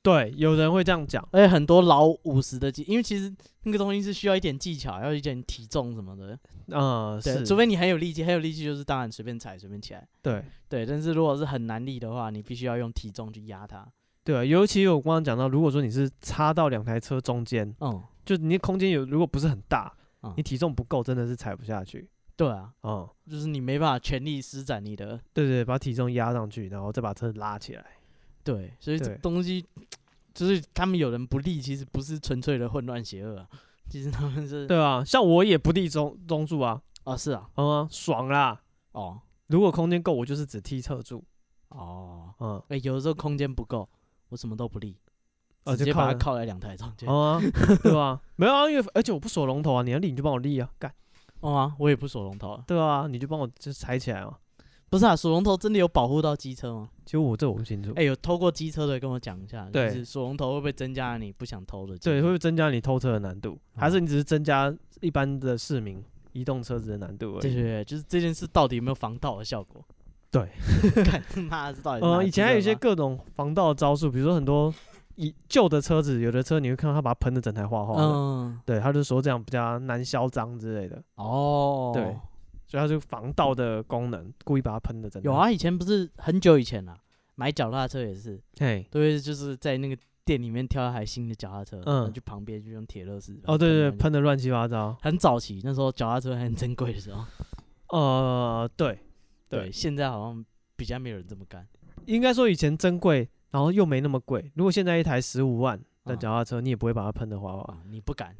Speaker 1: 对，有人会这样讲，
Speaker 2: 而且很多老五十的技，因为其实那个东西是需要一点技巧，要一点体重什么的。
Speaker 1: 嗯，
Speaker 2: 对，
Speaker 1: 是，
Speaker 2: 除非你很有力气，很有力气就是当然随便踩随便起来。
Speaker 1: 对
Speaker 2: 对，但是如果是很难力的话，你必须要用体重去压它。
Speaker 1: 对，啊尤其我刚刚讲到，如果说你是插到两台车中间，
Speaker 2: 嗯，
Speaker 1: 就你的空间有如果不是很大，
Speaker 2: 嗯
Speaker 1: 你体重不够，真的是踩不下去，
Speaker 2: 对啊，
Speaker 1: 嗯，
Speaker 2: 就是你没办法全力施展你的。
Speaker 1: 对对，把体重压上去，然后再把车拉起来，
Speaker 2: 对，所以这
Speaker 1: 对
Speaker 2: 东西就是他们有人不立，其实不是纯粹的混乱邪恶、啊，其实他们是
Speaker 1: 对啊，像我也不立中中柱啊，
Speaker 2: 哦是啊，
Speaker 1: 嗯啊爽啦，
Speaker 2: 哦
Speaker 1: 如果空间够，我就是只踢侧柱，
Speaker 2: 哦，
Speaker 1: 嗯，
Speaker 2: 哎、有的时候空间不够，我什么都不立，
Speaker 1: 啊
Speaker 2: 直
Speaker 1: 就
Speaker 2: 接把
Speaker 1: 靠
Speaker 2: 它
Speaker 1: 了
Speaker 2: 靠在两台中间。
Speaker 1: 嗯 啊，对吧？没有啊，因为而且我不锁龙头啊，你要立你就帮我立啊，干，
Speaker 2: 哦啊，我也不锁龙头啊，
Speaker 1: 对啊，你就帮我就踩起来嘛。
Speaker 2: 不是啊，锁龙头真的有保护到机车吗？
Speaker 1: 其实我这我不清楚，
Speaker 2: 哎、有偷过机车的跟我讲一下，就
Speaker 1: 对
Speaker 2: 是锁龙头会不会增加你不想偷的机会？
Speaker 1: 对，会不会增加你偷车的难度，
Speaker 2: 嗯
Speaker 1: 还是你只是增加一般的市民移动车子的难度而
Speaker 2: 对
Speaker 1: 已？
Speaker 2: 对对，就是这件事到底有没有防盗的效果？
Speaker 1: 对，
Speaker 2: 看他妈是到底是哪
Speaker 1: 呃，
Speaker 2: 个
Speaker 1: 以
Speaker 2: 机
Speaker 1: 前还
Speaker 2: 车
Speaker 1: 有一些
Speaker 2: 吧
Speaker 1: 各种防盗的招数，比如说很多以旧的车子，有的车你会看到他把它喷的整台花花的，
Speaker 2: 嗯
Speaker 1: 对，他就说这样比较难销赃之类的，
Speaker 2: 哦，
Speaker 1: 对所以他就防盗的功能，故意把它喷的整台。
Speaker 2: 有，啊，以前不是很久以前啦、买脚踏车也是，
Speaker 1: 嘿，
Speaker 2: 都会就是在那个店里面挑一台新的脚踏车，嗯，
Speaker 1: 嗯
Speaker 2: 去旁边就用铁乐丝。
Speaker 1: 哦，对对，对，喷的乱七八糟，
Speaker 2: 很早期，那时候脚踏车还很珍贵的时候，
Speaker 1: 呃，对，对
Speaker 2: 对，现在好像比较没有人这么干。
Speaker 1: 应该说以前珍贵，然后又没那么贵。如果现在一台十五万的
Speaker 2: 嗯
Speaker 1: 脚踏车，你也不会把它喷的花花。
Speaker 2: 啊，你 不敢，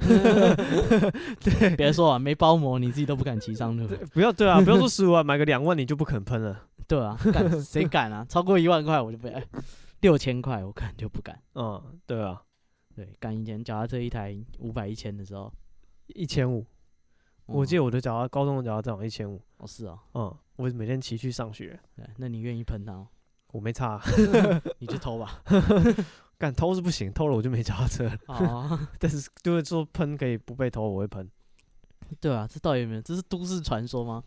Speaker 2: 别说啊，没包膜你自己都不敢骑上路，
Speaker 1: 不要对啊，不要说十五万，买个两万你就不肯喷了。
Speaker 2: 对啊，敢谁敢啊？超过一万块我就不，哎六千块我可能就不敢。
Speaker 1: 嗯，对啊，
Speaker 2: 对，干以前脚踏车一台五百一千的时候，
Speaker 1: 一千五，我记
Speaker 2: 得
Speaker 1: 得我的脚踏高中的脚踏车好像一千五。
Speaker 2: 哦是哦，
Speaker 1: 嗯，我每天骑去上学，
Speaker 2: 对，那你愿意喷他哦，
Speaker 1: 我没差啊、
Speaker 2: 你就偷吧。
Speaker 1: 敢偷是不行，偷了我就没脚踏车了。
Speaker 2: 哦，
Speaker 1: 但是就是说喷可以不被偷，我会喷。
Speaker 2: 对啊，这到底有没有？这是都市传说吗？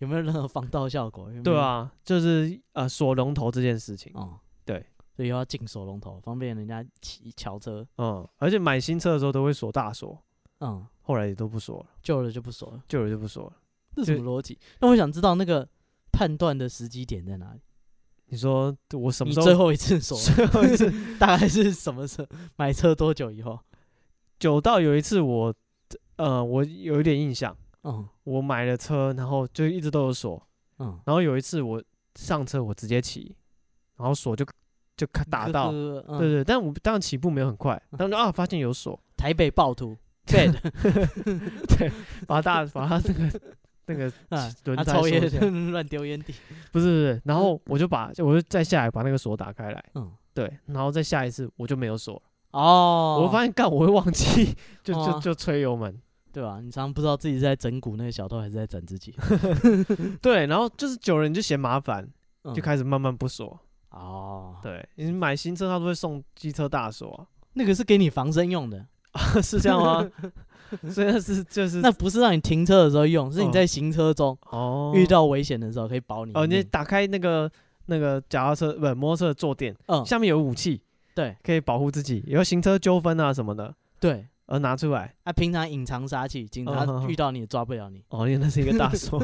Speaker 2: 有没有任何防盗效果？有没有
Speaker 1: 对，啊，就是呃锁龙头这件事情。
Speaker 2: 哦，
Speaker 1: 对，
Speaker 2: 所以要进锁龙头，方便人家骑桥车。
Speaker 1: 嗯，而且买新车的时候都会锁大锁，
Speaker 2: 嗯，
Speaker 1: 后来也都不锁了，
Speaker 2: 旧了就不锁了，
Speaker 1: 旧了就不锁了。
Speaker 2: 这什么逻辑？那我想知道那个判断的时机点在哪里？
Speaker 1: 你说我什么
Speaker 2: 你
Speaker 1: 时
Speaker 2: 最
Speaker 1: 候？
Speaker 2: 后一次锁，
Speaker 1: 最后一次
Speaker 2: 大概是什么时候？买车多久以后？
Speaker 1: 久到有一次我呃，我有一点印象，
Speaker 2: 嗯
Speaker 1: 我买了车，然后就一直都有锁，
Speaker 2: 嗯，
Speaker 1: 然后有一次我上车，我直接骑，然后锁就就咔打到，
Speaker 2: 对
Speaker 1: 对对，但我当然起步没有很
Speaker 2: 嗯
Speaker 1: 快，当时就啊发现有锁，
Speaker 2: 台北 暴徒对的，
Speaker 1: 把它大把它那个那个
Speaker 2: 啊
Speaker 1: 轮
Speaker 2: 他
Speaker 1: 胎
Speaker 2: 抽
Speaker 1: 收起来
Speaker 2: 烟 乱丢烟蒂，
Speaker 1: 不是不是，然后我就把我就再下来把那个锁打开来，
Speaker 2: 嗯，
Speaker 1: 对，然后再下一次我就没有锁了，
Speaker 2: 哦，
Speaker 1: 我发现干我会忘记， 就
Speaker 2: 哦
Speaker 1: 就就吹油门，
Speaker 2: 对吧？你常常不知道自己是在整蛊那个小偷，还是在整 自己，
Speaker 1: 对，然后就是久了你就嫌麻烦，
Speaker 2: 嗯
Speaker 1: 就开始慢慢不锁，
Speaker 2: 哦，
Speaker 1: 对，你买新车他都会送机车大锁
Speaker 2: 那个是给你防身用的，
Speaker 1: 啊， 是这样吗？所以那是就是
Speaker 2: 那不是让你停车的时候用，是你
Speaker 1: 嗯
Speaker 2: 在行车中
Speaker 1: 哦
Speaker 2: 遇到危险的时候可以保你一
Speaker 1: 哦，你
Speaker 2: 命
Speaker 1: 打开那个那个脚踏车不摩托车的坐垫，
Speaker 2: 嗯
Speaker 1: 下面有武器，
Speaker 2: 对
Speaker 1: 可以保护自己，有行车纠纷啊什么的，
Speaker 2: 对。
Speaker 1: 呃拿出来。
Speaker 2: 啊，平常隐藏杀气，警察
Speaker 1: 嗯哼哼
Speaker 2: 遇到你也抓不了你。
Speaker 1: 哦，因为那是一个大锁，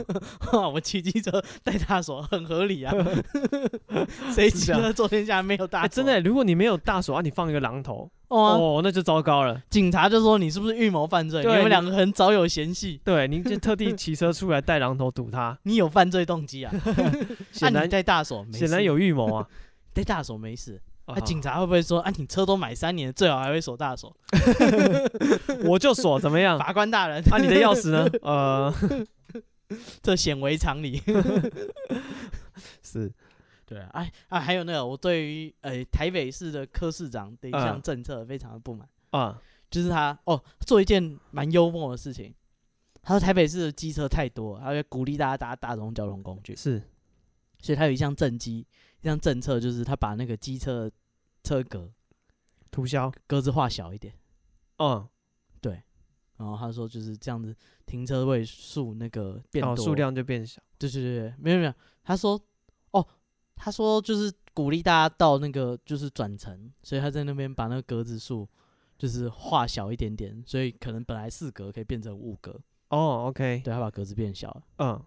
Speaker 2: 我骑机车带大锁很合理啊，谁骑
Speaker 1: 是啊
Speaker 2: 车坐天下没有
Speaker 1: 哎
Speaker 2: 大 锁？
Speaker 1: 真的耶，如果你没有大锁啊，你放一个榔头，
Speaker 2: 哇！
Speaker 1: 哦，那就糟糕 了。
Speaker 2: 警察就说你是不是预谋犯罪？你
Speaker 1: 对
Speaker 2: 们
Speaker 1: 你
Speaker 2: 两个很早有嫌隙，
Speaker 1: 对，你就特地骑车出来带榔头堵他，
Speaker 2: 你有犯罪 动机啊？那
Speaker 1: 显
Speaker 2: 你
Speaker 1: 然
Speaker 2: 带大锁，没
Speaker 1: 显然
Speaker 2: 事
Speaker 1: 有预谋啊。
Speaker 2: 带大锁没事。
Speaker 1: 啊
Speaker 2: 啊，警察会不会说啊，你车都买三年了，最好还会锁大锁？
Speaker 1: 我就锁怎么样？
Speaker 2: 法官大人，
Speaker 1: 啊，你的钥匙 呢？呃，
Speaker 2: 这鲜为常理。
Speaker 1: 是
Speaker 2: 对啊，哎啊，还有那个，我对于呃台北市的柯市长的一项
Speaker 1: 嗯
Speaker 2: 政策非常的不满，
Speaker 1: 啊，
Speaker 2: 就是他哦做一件蛮幽默的事情，他说台北市的机车太多，他会鼓励大家搭大众交通工具，
Speaker 1: 是
Speaker 2: 所以他有一项政绩，一项政策就是他把那个机车的车格
Speaker 1: 涂销。
Speaker 2: 格子画小一点，
Speaker 1: 嗯，
Speaker 2: 然后他说就是这样子停车位数那个变
Speaker 1: 哦，
Speaker 2: 多，
Speaker 1: 数量就变小。
Speaker 2: 对对对，对没有没有，他说哦，他说就是鼓励大家到那个就是转乘，所以他在那边把那个格子数就是画小一点点，所以可能本来四格可以变成五格，
Speaker 1: 哦，OK，
Speaker 2: 对他把格子变小了，
Speaker 1: 嗯，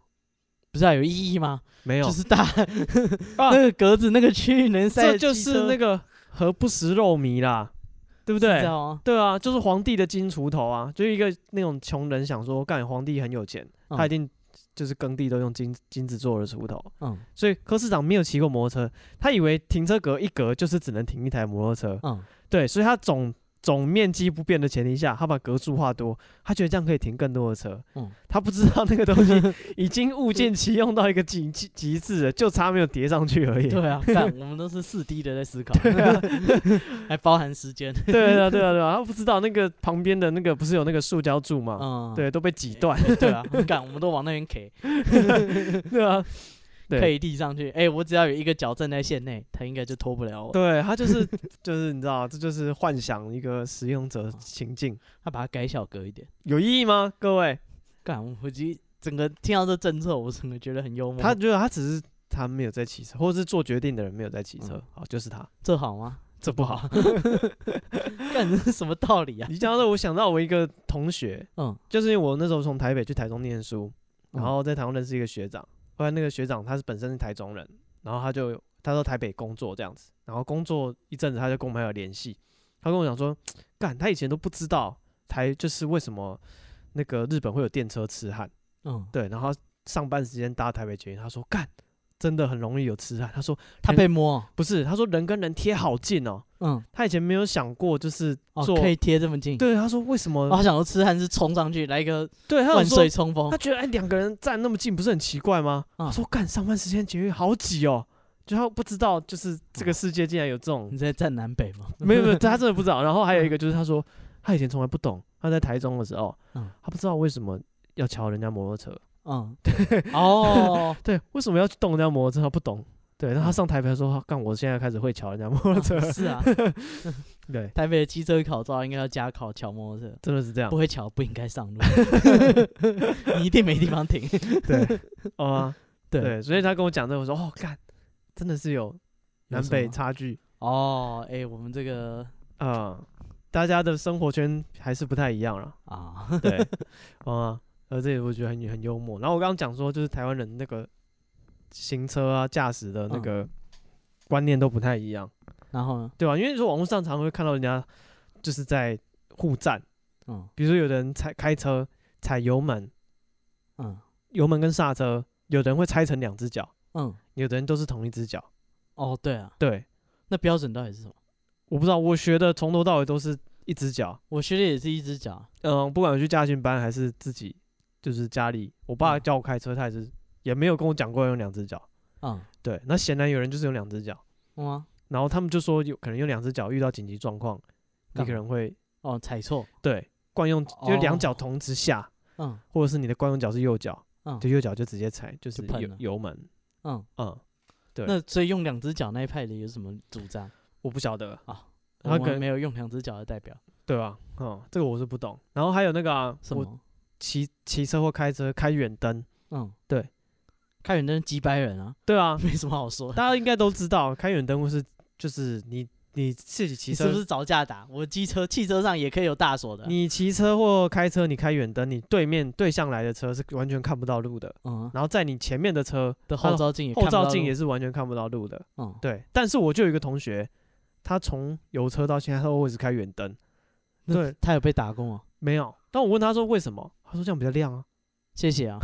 Speaker 2: 不是、啊、有意义吗？
Speaker 1: 没有
Speaker 2: 就，是大、
Speaker 1: 啊
Speaker 2: 那个格子那个区域能塞
Speaker 1: 这
Speaker 2: 的
Speaker 1: 就
Speaker 2: 机
Speaker 1: 是
Speaker 2: 车
Speaker 1: 那个何不食肉糜啦，对不对
Speaker 2: 知？道吗？
Speaker 1: 对啊，就是皇帝的金锄头啊，就是一个那种穷人想说，干皇帝很有钱，
Speaker 2: 嗯
Speaker 1: 他一定就是耕地都用金金子做的锄头，
Speaker 2: 嗯
Speaker 1: 所以柯市长没有骑过摩托车，他以为停车格一格就是只能停一台摩托车，
Speaker 2: 嗯，
Speaker 1: 对，所以他总总面积不变的前提下，他把格数画多，他觉得这样可以停更多的车，
Speaker 2: 嗯
Speaker 1: 他不知道那个东 西已经物尽其用到一个极极极致了，就差没有叠上去而已。
Speaker 2: 对啊，干我们都是四 D 的在思考， 还包含时间，
Speaker 1: 啊对啊，对啊，对啊，他不知道那个旁边的那个不是有那个塑胶柱吗？
Speaker 2: 嗯，
Speaker 1: 对，都被挤断。
Speaker 2: 对啊，干我们都往那边 K。
Speaker 1: 对啊，
Speaker 2: 可
Speaker 1: 对，
Speaker 2: 以递上去。哎、我只要有一个脚站在线内，他应该就拖不了我。
Speaker 1: 对他就是就是你知道，这就是幻想一个使用
Speaker 2: 嗯
Speaker 1: 者情境，
Speaker 2: 他把它改小格一点，
Speaker 1: 有意义吗？各位，
Speaker 2: 干，我其实整个听到这政策，我整个觉得很幽默。
Speaker 1: 他觉得他只是他没有在骑车，或者是做决定的人没有在骑车
Speaker 2: 嗯，
Speaker 1: 好，就是他，
Speaker 2: 这好吗？
Speaker 1: 这不好。
Speaker 2: 干，这是什么道理啊？
Speaker 1: 你讲到，我想到我一个同学，
Speaker 2: 嗯
Speaker 1: 就是因为我那时候从台北去台中念书，
Speaker 2: 嗯
Speaker 1: 然后在台中认识一个学长，后来那个学长他是本身是台中人，然后他就他到台北工作这样子，然后工作一阵子他就跟我们还有联系，他跟我讲说，干他以前都不知道台就是为什么那个日本会有电车痴汉，
Speaker 2: 嗯，
Speaker 1: 对，然后他上班时间搭台北捷运，他说干真的很容易有痴汉，他说哎
Speaker 2: 他被摸，
Speaker 1: 不是，他说人跟人贴好近哦，
Speaker 2: 嗯，
Speaker 1: 他以前没有想过就是
Speaker 2: 哦，
Speaker 1: 做。
Speaker 2: 可以贴这么近。
Speaker 1: 对，他说为什么？
Speaker 2: 我好想说痴汉是冲上去来一个
Speaker 1: 对，他有
Speaker 2: 万
Speaker 1: 说
Speaker 2: 岁冲锋
Speaker 1: 他，觉得哎，两个人站那么近不是很奇怪吗？
Speaker 2: 啊
Speaker 1: 他说干上班时间捷运好挤哦，就他不知道就是
Speaker 2: 嗯
Speaker 1: 这个世界竟然有这种
Speaker 2: 你，在站南北吗？
Speaker 1: 没有没有，他真的不知道。然后还有一个就是他说他以前从来不懂，他在台中的时候，
Speaker 2: 嗯
Speaker 1: 他不知道为什么要敲人家摩托车，
Speaker 2: 嗯，哦，
Speaker 1: 对，为什么要去动人家摩托车，他不懂。对，然后他
Speaker 2: 嗯
Speaker 1: 上台北说啊干，我现在开始会敲人家摩托车，
Speaker 2: 是啊，
Speaker 1: 对，
Speaker 2: 台北的机车考照应该要加考乔摩托车，
Speaker 1: 真的是这样
Speaker 2: 不，会巧不应该 上路，你一定没地方停。
Speaker 1: 对，哦啊，
Speaker 2: 对
Speaker 1: 对，所以他跟我讲这个，我说哦干，真的是有
Speaker 2: 有
Speaker 1: 南
Speaker 2: 什
Speaker 1: 北
Speaker 2: 么
Speaker 1: 差距。
Speaker 2: 哦，哎、我们这个
Speaker 1: 啊、大家的生活圈还是不太一样了。
Speaker 2: 啊，
Speaker 1: 对，啊、呃，这里我觉得很很幽默。然后我刚刚讲说，就是台湾人那个行车啊、驾驶的那
Speaker 2: 嗯
Speaker 1: 个观念都不太一样， 啊
Speaker 2: 然后呢？
Speaker 1: 对吧、因为说网络上常会看到人家就是在互战，
Speaker 2: 嗯
Speaker 1: 比如说有的人踩开车踩油门，
Speaker 2: 嗯
Speaker 1: 油门跟刹车，有的人会拆成两只脚，
Speaker 2: 嗯，
Speaker 1: 有的人都是同一只脚。
Speaker 2: 哦，对啊，
Speaker 1: 对，
Speaker 2: 那标准到底是什么？
Speaker 1: 我不知道，我学的从头到尾都是一只脚。
Speaker 2: 我学的也是一只脚啊，
Speaker 1: 嗯，不管我去驾训班还是自己，就是家里，我爸
Speaker 2: 嗯
Speaker 1: 教我开车，他也是也没有跟我讲过要用两只脚。
Speaker 2: 嗯，
Speaker 1: 对，那显然有人就是用两只脚，
Speaker 2: 嗯啊
Speaker 1: 然后他们就说有可能用两只脚遇到紧急状况，你
Speaker 2: 干
Speaker 1: 可
Speaker 2: 嘛
Speaker 1: 能会
Speaker 2: 哦，踩错，
Speaker 1: 对惯用就两脚
Speaker 2: 哦
Speaker 1: 同时下，
Speaker 2: 嗯
Speaker 1: 或者是你的惯用脚是右脚，
Speaker 2: 嗯
Speaker 1: 就右脚就直接踩，就是
Speaker 2: 喷
Speaker 1: 油
Speaker 2: 了
Speaker 1: 油门。
Speaker 2: 嗯，
Speaker 1: 嗯，对
Speaker 2: 那所以用两只脚那一派的有什么主张？
Speaker 1: 我不晓得
Speaker 2: 啊，
Speaker 1: 然
Speaker 2: 我
Speaker 1: 后可
Speaker 2: 们
Speaker 1: 能
Speaker 2: 没有用两只脚的代表
Speaker 1: 对吧？嗯，这个我是不懂。然后还有那个啊，
Speaker 2: 什
Speaker 1: 我
Speaker 2: 么？
Speaker 1: 骑骑车或开车开远灯，
Speaker 2: 嗯，
Speaker 1: 对，
Speaker 2: 开远灯击败人啊，，
Speaker 1: 对啊
Speaker 2: 没什么好说的。
Speaker 1: 大家应该都知道，开远灯或是就是你你自己骑
Speaker 2: 你
Speaker 1: 车
Speaker 2: 是不是找架打？我机车、汽车上也可以有大锁的。
Speaker 1: 你骑车或开车，你开远灯，你对面对向来的车是完全看不到路的，
Speaker 2: 嗯
Speaker 1: 然后在你前面的车
Speaker 2: 的
Speaker 1: 它
Speaker 2: 后照镜也
Speaker 1: 后照镜也
Speaker 2: 是，
Speaker 1: 是完全看不到路的。
Speaker 2: 嗯，
Speaker 1: 对，但是我就有一个同学，他从油车到现在，他都一直开远灯，
Speaker 2: 那
Speaker 1: 对
Speaker 2: 他有被打过吗？
Speaker 1: 没有。但我问他说为什么，他说这样比较亮啊。
Speaker 2: 谢 谢啊，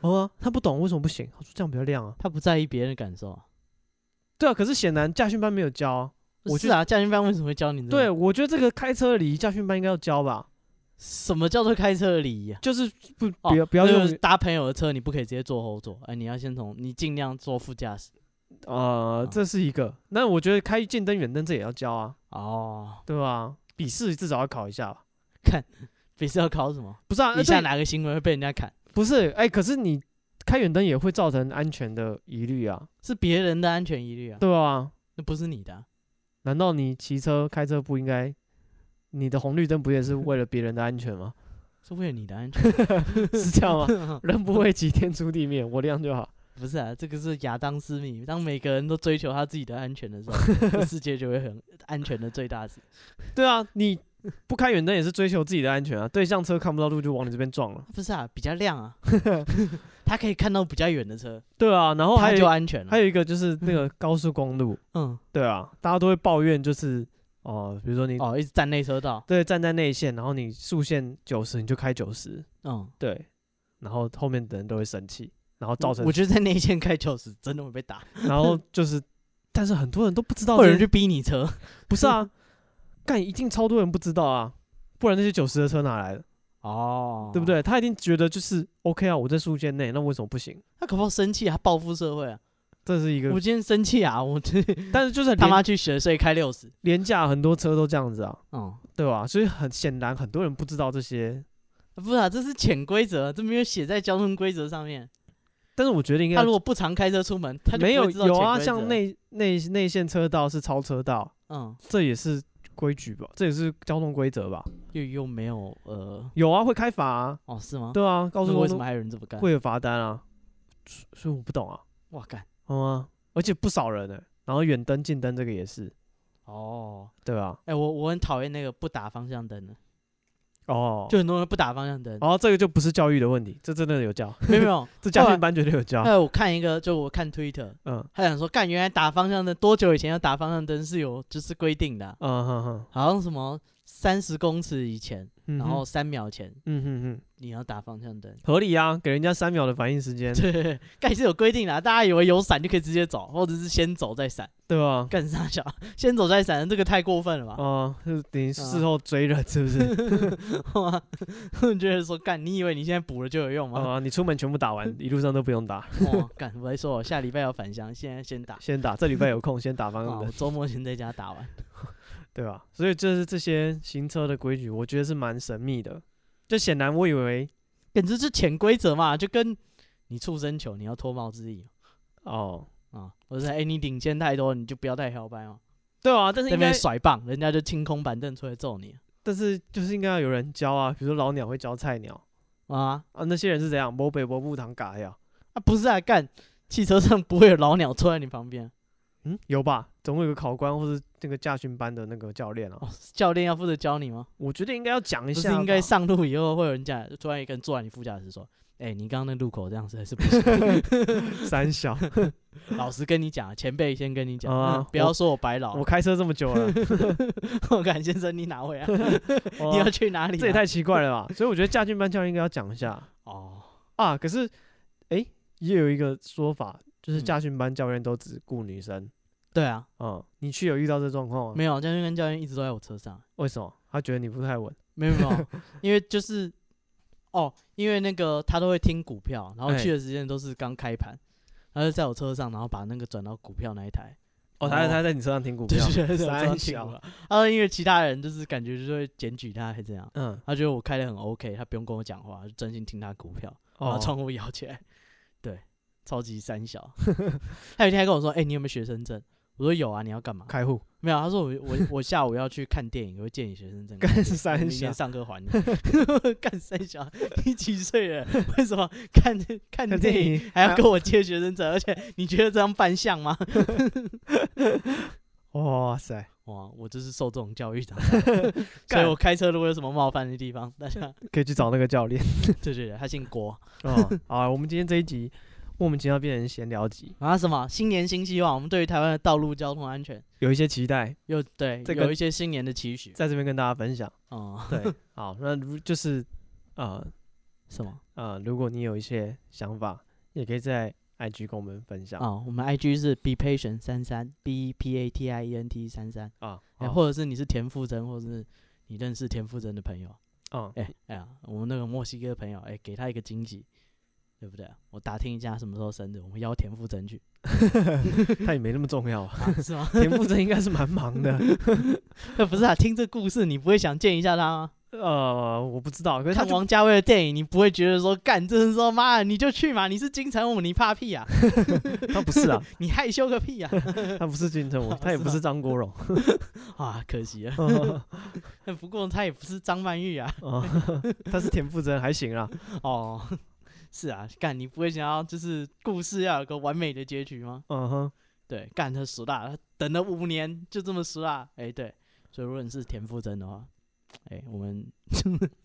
Speaker 1: 我说他不懂为什么不行，他说这样比较亮啊。
Speaker 2: 他不在意别人的感受啊。
Speaker 1: 对啊，可是显然驾训班没有教啊。我
Speaker 2: 是
Speaker 1: 就
Speaker 2: 啊，驾训班为什么会教你这
Speaker 1: 对，
Speaker 2: 个？
Speaker 1: 我觉得这个开车的礼仪驾训班应该要教吧，
Speaker 2: 什么叫做开车的礼仪啊？
Speaker 1: 就是不
Speaker 2: 哦
Speaker 1: 不要不要
Speaker 2: 那
Speaker 1: 用
Speaker 2: 就是搭朋友的车，你不可以直接坐后座，哎，你要先从你尽量坐副驾驶。
Speaker 1: 呃，
Speaker 2: 嗯
Speaker 1: 这是一个。那我觉得开近灯远灯这也要教啊。
Speaker 2: 哦，
Speaker 1: 对啊，笔试至少要考一下吧？
Speaker 2: 笔试要考什么？
Speaker 1: 不是啊，
Speaker 2: 以下
Speaker 1: 这
Speaker 2: 哪个行为会被人家砍？
Speaker 1: 不是哎、可是你开远灯也会造成安全的疑虑啊，
Speaker 2: 是别人的安全疑虑啊，
Speaker 1: 对啊，
Speaker 2: 那不是你的啊。
Speaker 1: 难道你骑车开车不应该？你的红绿灯不也是为了别人的安全 吗？
Speaker 2: 是为了你的 安全，
Speaker 1: 是这样 吗？人不为己，天诛地灭，我这样就好。
Speaker 2: 不是啊？这个是亚当斯密。当每个人都追求他自己的安全的时候，这世界就会很安全的最大值。
Speaker 1: 对啊，你不开远灯也是追求自己的安全啊。对向车看不到路就往你这边撞了。
Speaker 2: 不是啊，比较 亮啊，他可以看到比较远的车，
Speaker 1: 对啊，然后还
Speaker 2: 他就
Speaker 1: 有
Speaker 2: 安全了。
Speaker 1: 还有一个就是那个高速公路，
Speaker 2: 嗯，
Speaker 1: 对啊，大家都会抱怨就是哦、比如说你
Speaker 2: 哦，一直站内车道，
Speaker 1: 对，站在内线，然后你速限九十，你就开九十，
Speaker 2: 嗯，
Speaker 1: 对，然后后面的人都会生气，然后造成
Speaker 2: 我，觉得在内线开九十真的会被打，
Speaker 1: 然后就是，但是很多人都不知道这
Speaker 2: 会有
Speaker 1: 件，
Speaker 2: 人去逼你车，
Speaker 1: 不是啊，干一定超多人不知道啊，不然那些九十的车哪来的，
Speaker 2: 哦
Speaker 1: 对不？对？他一定觉得就是 OK 啊，我在速限内，那为什么不行？
Speaker 2: 他搞不好生气啊，他报复社会啊！
Speaker 1: 这是一个
Speaker 2: 我，今天生气啊，我这
Speaker 1: 但是就是
Speaker 2: 他
Speaker 1: 廉
Speaker 2: 妈去学，所以开六十。
Speaker 1: 廉价很多车都这样子啊，
Speaker 2: 嗯，
Speaker 1: 对吧、所以很显然很多人不知道这些，
Speaker 2: 不是啊，这是潜规则，这没有写在交通规则上面。
Speaker 1: 但是我觉得应该
Speaker 2: 他如果不常开车出门，他就不
Speaker 1: 没
Speaker 2: 会
Speaker 1: 有
Speaker 2: 知道
Speaker 1: 有
Speaker 2: 潜
Speaker 1: 啊，
Speaker 2: 规则
Speaker 1: 像内内内线车道是超车道，
Speaker 2: 嗯，
Speaker 1: 这也是规矩吧，这也是交通规则吧。
Speaker 2: 又又没有呃，
Speaker 1: 有啊，会开罚、啊，
Speaker 2: 哦是吗？
Speaker 1: 对啊，高
Speaker 2: 那
Speaker 1: 速公
Speaker 2: 为什么
Speaker 1: 路
Speaker 2: 还有人这么干？
Speaker 1: 会有罚单啊，所所以我不懂啊，
Speaker 2: 哇干
Speaker 1: 嗯啊，而且不少人呢、欸然后远灯、近灯这个也是，
Speaker 2: 哦！
Speaker 1: 对吧？
Speaker 2: 哎、我我很讨厌那个不打方向灯的，
Speaker 1: 哦，
Speaker 2: 就很多人不打方向灯。
Speaker 1: 然后这个就不是教育的问题，这真的有教，
Speaker 2: 没有没有，
Speaker 1: 这家训班绝对有教
Speaker 2: 还，有我看一个，就我看 Twitter，
Speaker 1: 嗯
Speaker 2: 他想说干，原来打方向灯多久以前要打方向灯是有就是规定的啊、
Speaker 1: 嗯哼哼，
Speaker 2: 好像什么三十公尺以前，
Speaker 1: 嗯哼
Speaker 2: 然后三秒前
Speaker 1: 嗯哼哼，
Speaker 2: 你要打方向灯。
Speaker 1: 合理啊，给人家三秒的反应时间，
Speaker 2: 对，干是有规定的、啊，大家以为有闪就可以直接走，或者是先走再闪，
Speaker 1: 对吧？
Speaker 2: 干啥小，先走再闪，这个太过分了吧？
Speaker 1: 哦，就是等于
Speaker 2: 啊
Speaker 1: 事后追人是不是？
Speaker 2: 我 觉得说干，你以为你现在补了就有用吗？
Speaker 1: 啊，你出门全部打 完，一路上都不用打，
Speaker 2: 哦，干，我还说我下礼拜要返乡，现在先打，
Speaker 1: 先打，这礼拜有空先打方
Speaker 2: 啊
Speaker 1: 向
Speaker 2: 我
Speaker 1: 灯，
Speaker 2: 周末先在家打完。
Speaker 1: 对吧？所以就是这些行车的规矩，我觉得是蛮神秘的。就显然我以为
Speaker 2: 简直是潜规则嘛，就跟你畜生球，你要脱帽之意
Speaker 1: 哦，
Speaker 2: 啊！我是哎、你领先太多，你就不要太摇摆哦，
Speaker 1: 对啊，但是
Speaker 2: 那
Speaker 1: 应该
Speaker 2: 边，甩棒，人家就清空板凳出来揍你
Speaker 1: 但是就是应该要有人教啊，比如说老鸟会教菜鸟
Speaker 2: 啊！
Speaker 1: 啊，那些人是怎样，摸北摸木堂嘎呀，
Speaker 2: 啊，不是啊，干，汽车上不会有老鸟坐在你旁边，
Speaker 1: 嗯，有吧？总会有个考官或是那个驾训班的那个教练啊。
Speaker 2: 哦，教练要负责教你吗？
Speaker 1: 我觉得应该要讲一
Speaker 2: 不是
Speaker 1: 下吧，
Speaker 2: 应该上路以后会有人讲，突然一个人坐在你副驾驶说：“哎、你刚刚那路口这样实在是不行。
Speaker 1: 三小。”
Speaker 2: 老师跟你讲，前辈先跟你讲，
Speaker 1: 啊
Speaker 2: 嗯
Speaker 1: 我
Speaker 2: 不要说我白老
Speaker 1: 我。开车这么久了，
Speaker 2: 我感先生，你哪位啊？
Speaker 1: 哇
Speaker 2: 你要去哪里、啊？
Speaker 1: 这也太奇怪了吧？所以我觉得驾训班教练应该要讲一下
Speaker 2: 哦，
Speaker 1: 啊。可是，诶，也有一个说法，就是
Speaker 2: 嗯
Speaker 1: 驾训班教练都只顾女生。
Speaker 2: 对啊，
Speaker 1: 嗯，你去有遇到这状况吗？
Speaker 2: 没有教练跟教练一直都在我车上，
Speaker 1: 为什么？他觉得你不太稳。
Speaker 2: 没有没 有，因为就是哦，因为那个他都会听股票，然后
Speaker 1: 哎
Speaker 2: 去的时间都是刚开盘，他就在我车上，然后把那个转到股票那一台，
Speaker 1: 哦，他他在你车上听股
Speaker 2: 对
Speaker 1: 票，
Speaker 2: 对对， 对我车上
Speaker 1: 三
Speaker 2: 听股
Speaker 1: 小啊
Speaker 2: 票。他说因为其他人就是感觉就是会检举他还这样，
Speaker 1: 嗯，
Speaker 2: 他觉得我开的很 OK，他不用跟我讲话，就专心听他股票，然后
Speaker 1: 哦，
Speaker 2: 窗户摇起来，对，超级三小。他有一天还跟我说，哎、你有没有学生证？我说有啊，你要干嘛？
Speaker 1: 开 户
Speaker 2: 没有，他说我我我下午要去看电影，我会借你学生证看
Speaker 1: 干
Speaker 2: 电影，
Speaker 1: 三
Speaker 2: 我明
Speaker 1: 小
Speaker 2: 天上课还你。干三小，你几岁了？为什么看看
Speaker 1: 看
Speaker 2: 电
Speaker 1: 电
Speaker 2: 影
Speaker 1: 影
Speaker 2: 还要跟我借学生证？而且你觉得这样扮相吗？
Speaker 1: 哇塞，
Speaker 2: 哇，我就是受这种教育长大的，所以我开车如果有什么冒犯的地方，大家
Speaker 1: 可以去找那个教 练。
Speaker 2: 对对对，他姓郭
Speaker 1: 哦，好啊，我们今天这一集莫名其妙变成闲聊集，
Speaker 2: 啊，什么新年新希望，我们对于台湾的道路交通安全
Speaker 1: 有一些期待，
Speaker 2: 又对
Speaker 1: 这
Speaker 2: 有
Speaker 1: 个
Speaker 2: 一些新年的期许，
Speaker 1: 在这边跟大家分享。
Speaker 2: 哦、
Speaker 1: 对，好，那如就是呃
Speaker 2: 什么
Speaker 1: 呃，如果你有一些想法，也可以在 IG 跟我们分享啊
Speaker 2: 啊、我们 IG 是 be patient 三三 b e p a t i e n t 三三。
Speaker 1: 啊，
Speaker 2: 哎、或者是你是田馥甄，或者是你认识田馥甄的朋友，
Speaker 1: 嗯，
Speaker 2: 哎、哎呀，我们那个墨西哥朋友，哎、给他一个惊喜，对不对？我打听一下什么时候生日，我们邀田馥甄去、
Speaker 1: 他也没那么重要啊。
Speaker 2: 啊是 吗？
Speaker 1: 田馥甄应该是蛮忙的，
Speaker 2: 哎不是啊，听这故事你不会想见一下他吗？
Speaker 1: 呃，我不知道，可是他
Speaker 2: 看
Speaker 1: 就
Speaker 2: 王家卫的电影，你不会觉得说干，这人说妈，你就去嘛，你是金城武，你怕屁啊？
Speaker 1: 他不 是啊，
Speaker 2: 你害羞个屁啊！
Speaker 1: 他不是啊金城武，他也不是张国 荣，
Speaker 2: 啊，可惜了。
Speaker 1: 啊
Speaker 2: 不过他也不是张曼玉啊。
Speaker 1: 哦他是田馥甄，还行啊啦。
Speaker 2: 哦，是啊，干，你不会想要就是故事要有个完美的结局吗？
Speaker 1: 嗯哼，
Speaker 2: 对，干他熟啦，他等了五年就这么熟啦。哎、对，所以如果你是田馥甄的话，哎、我们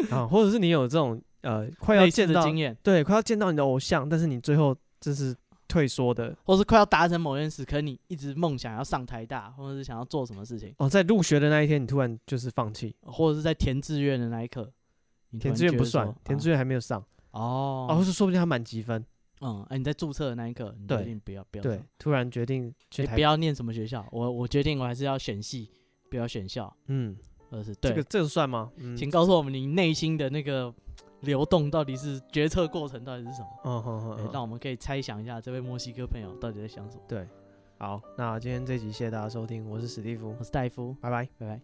Speaker 1: 啊，或者是你有这种呃，快要
Speaker 2: 类似
Speaker 1: 见
Speaker 2: 的
Speaker 1: 到
Speaker 2: 经验，
Speaker 1: 对，快要见到你的偶像，但是你最后就是退缩的
Speaker 2: 或是快要达成某件事，可你一直梦想要上台大，或者是想要做什么事情，
Speaker 1: 哦，在入学的那一天，你突然就是放弃。
Speaker 2: 或者是在填志愿的那一刻，你突
Speaker 1: 填
Speaker 2: 然
Speaker 1: 志愿
Speaker 2: 觉
Speaker 1: 不
Speaker 2: 得
Speaker 1: 算
Speaker 2: 说，
Speaker 1: 填
Speaker 2: 啊
Speaker 1: 志愿还没有上，
Speaker 2: 哦，
Speaker 1: 哦，或是说不定他满积分，
Speaker 2: 嗯，哎、你在注册的那一刻，你决
Speaker 1: 对
Speaker 2: 定不要不要
Speaker 1: 对
Speaker 2: 上，
Speaker 1: 突然决定去
Speaker 2: 哎
Speaker 1: 台
Speaker 2: 不，要念什么学校，我我决定我还是要选系，不要选校，
Speaker 1: 嗯，
Speaker 2: 或者是对
Speaker 1: 这个这个算吗？嗯，
Speaker 2: 请告诉我们你内心的那个流动到底是决策过程到底是什么？
Speaker 1: 哦，好
Speaker 2: 哎
Speaker 1: 好
Speaker 2: 让
Speaker 1: 好，
Speaker 2: 我们可以猜想一下这位墨西哥朋友到底在想什么。
Speaker 1: 对，好，那今天这集谢谢大家收听，我是史蒂夫
Speaker 2: 我，是戴夫，
Speaker 1: 拜拜。
Speaker 2: 拜拜。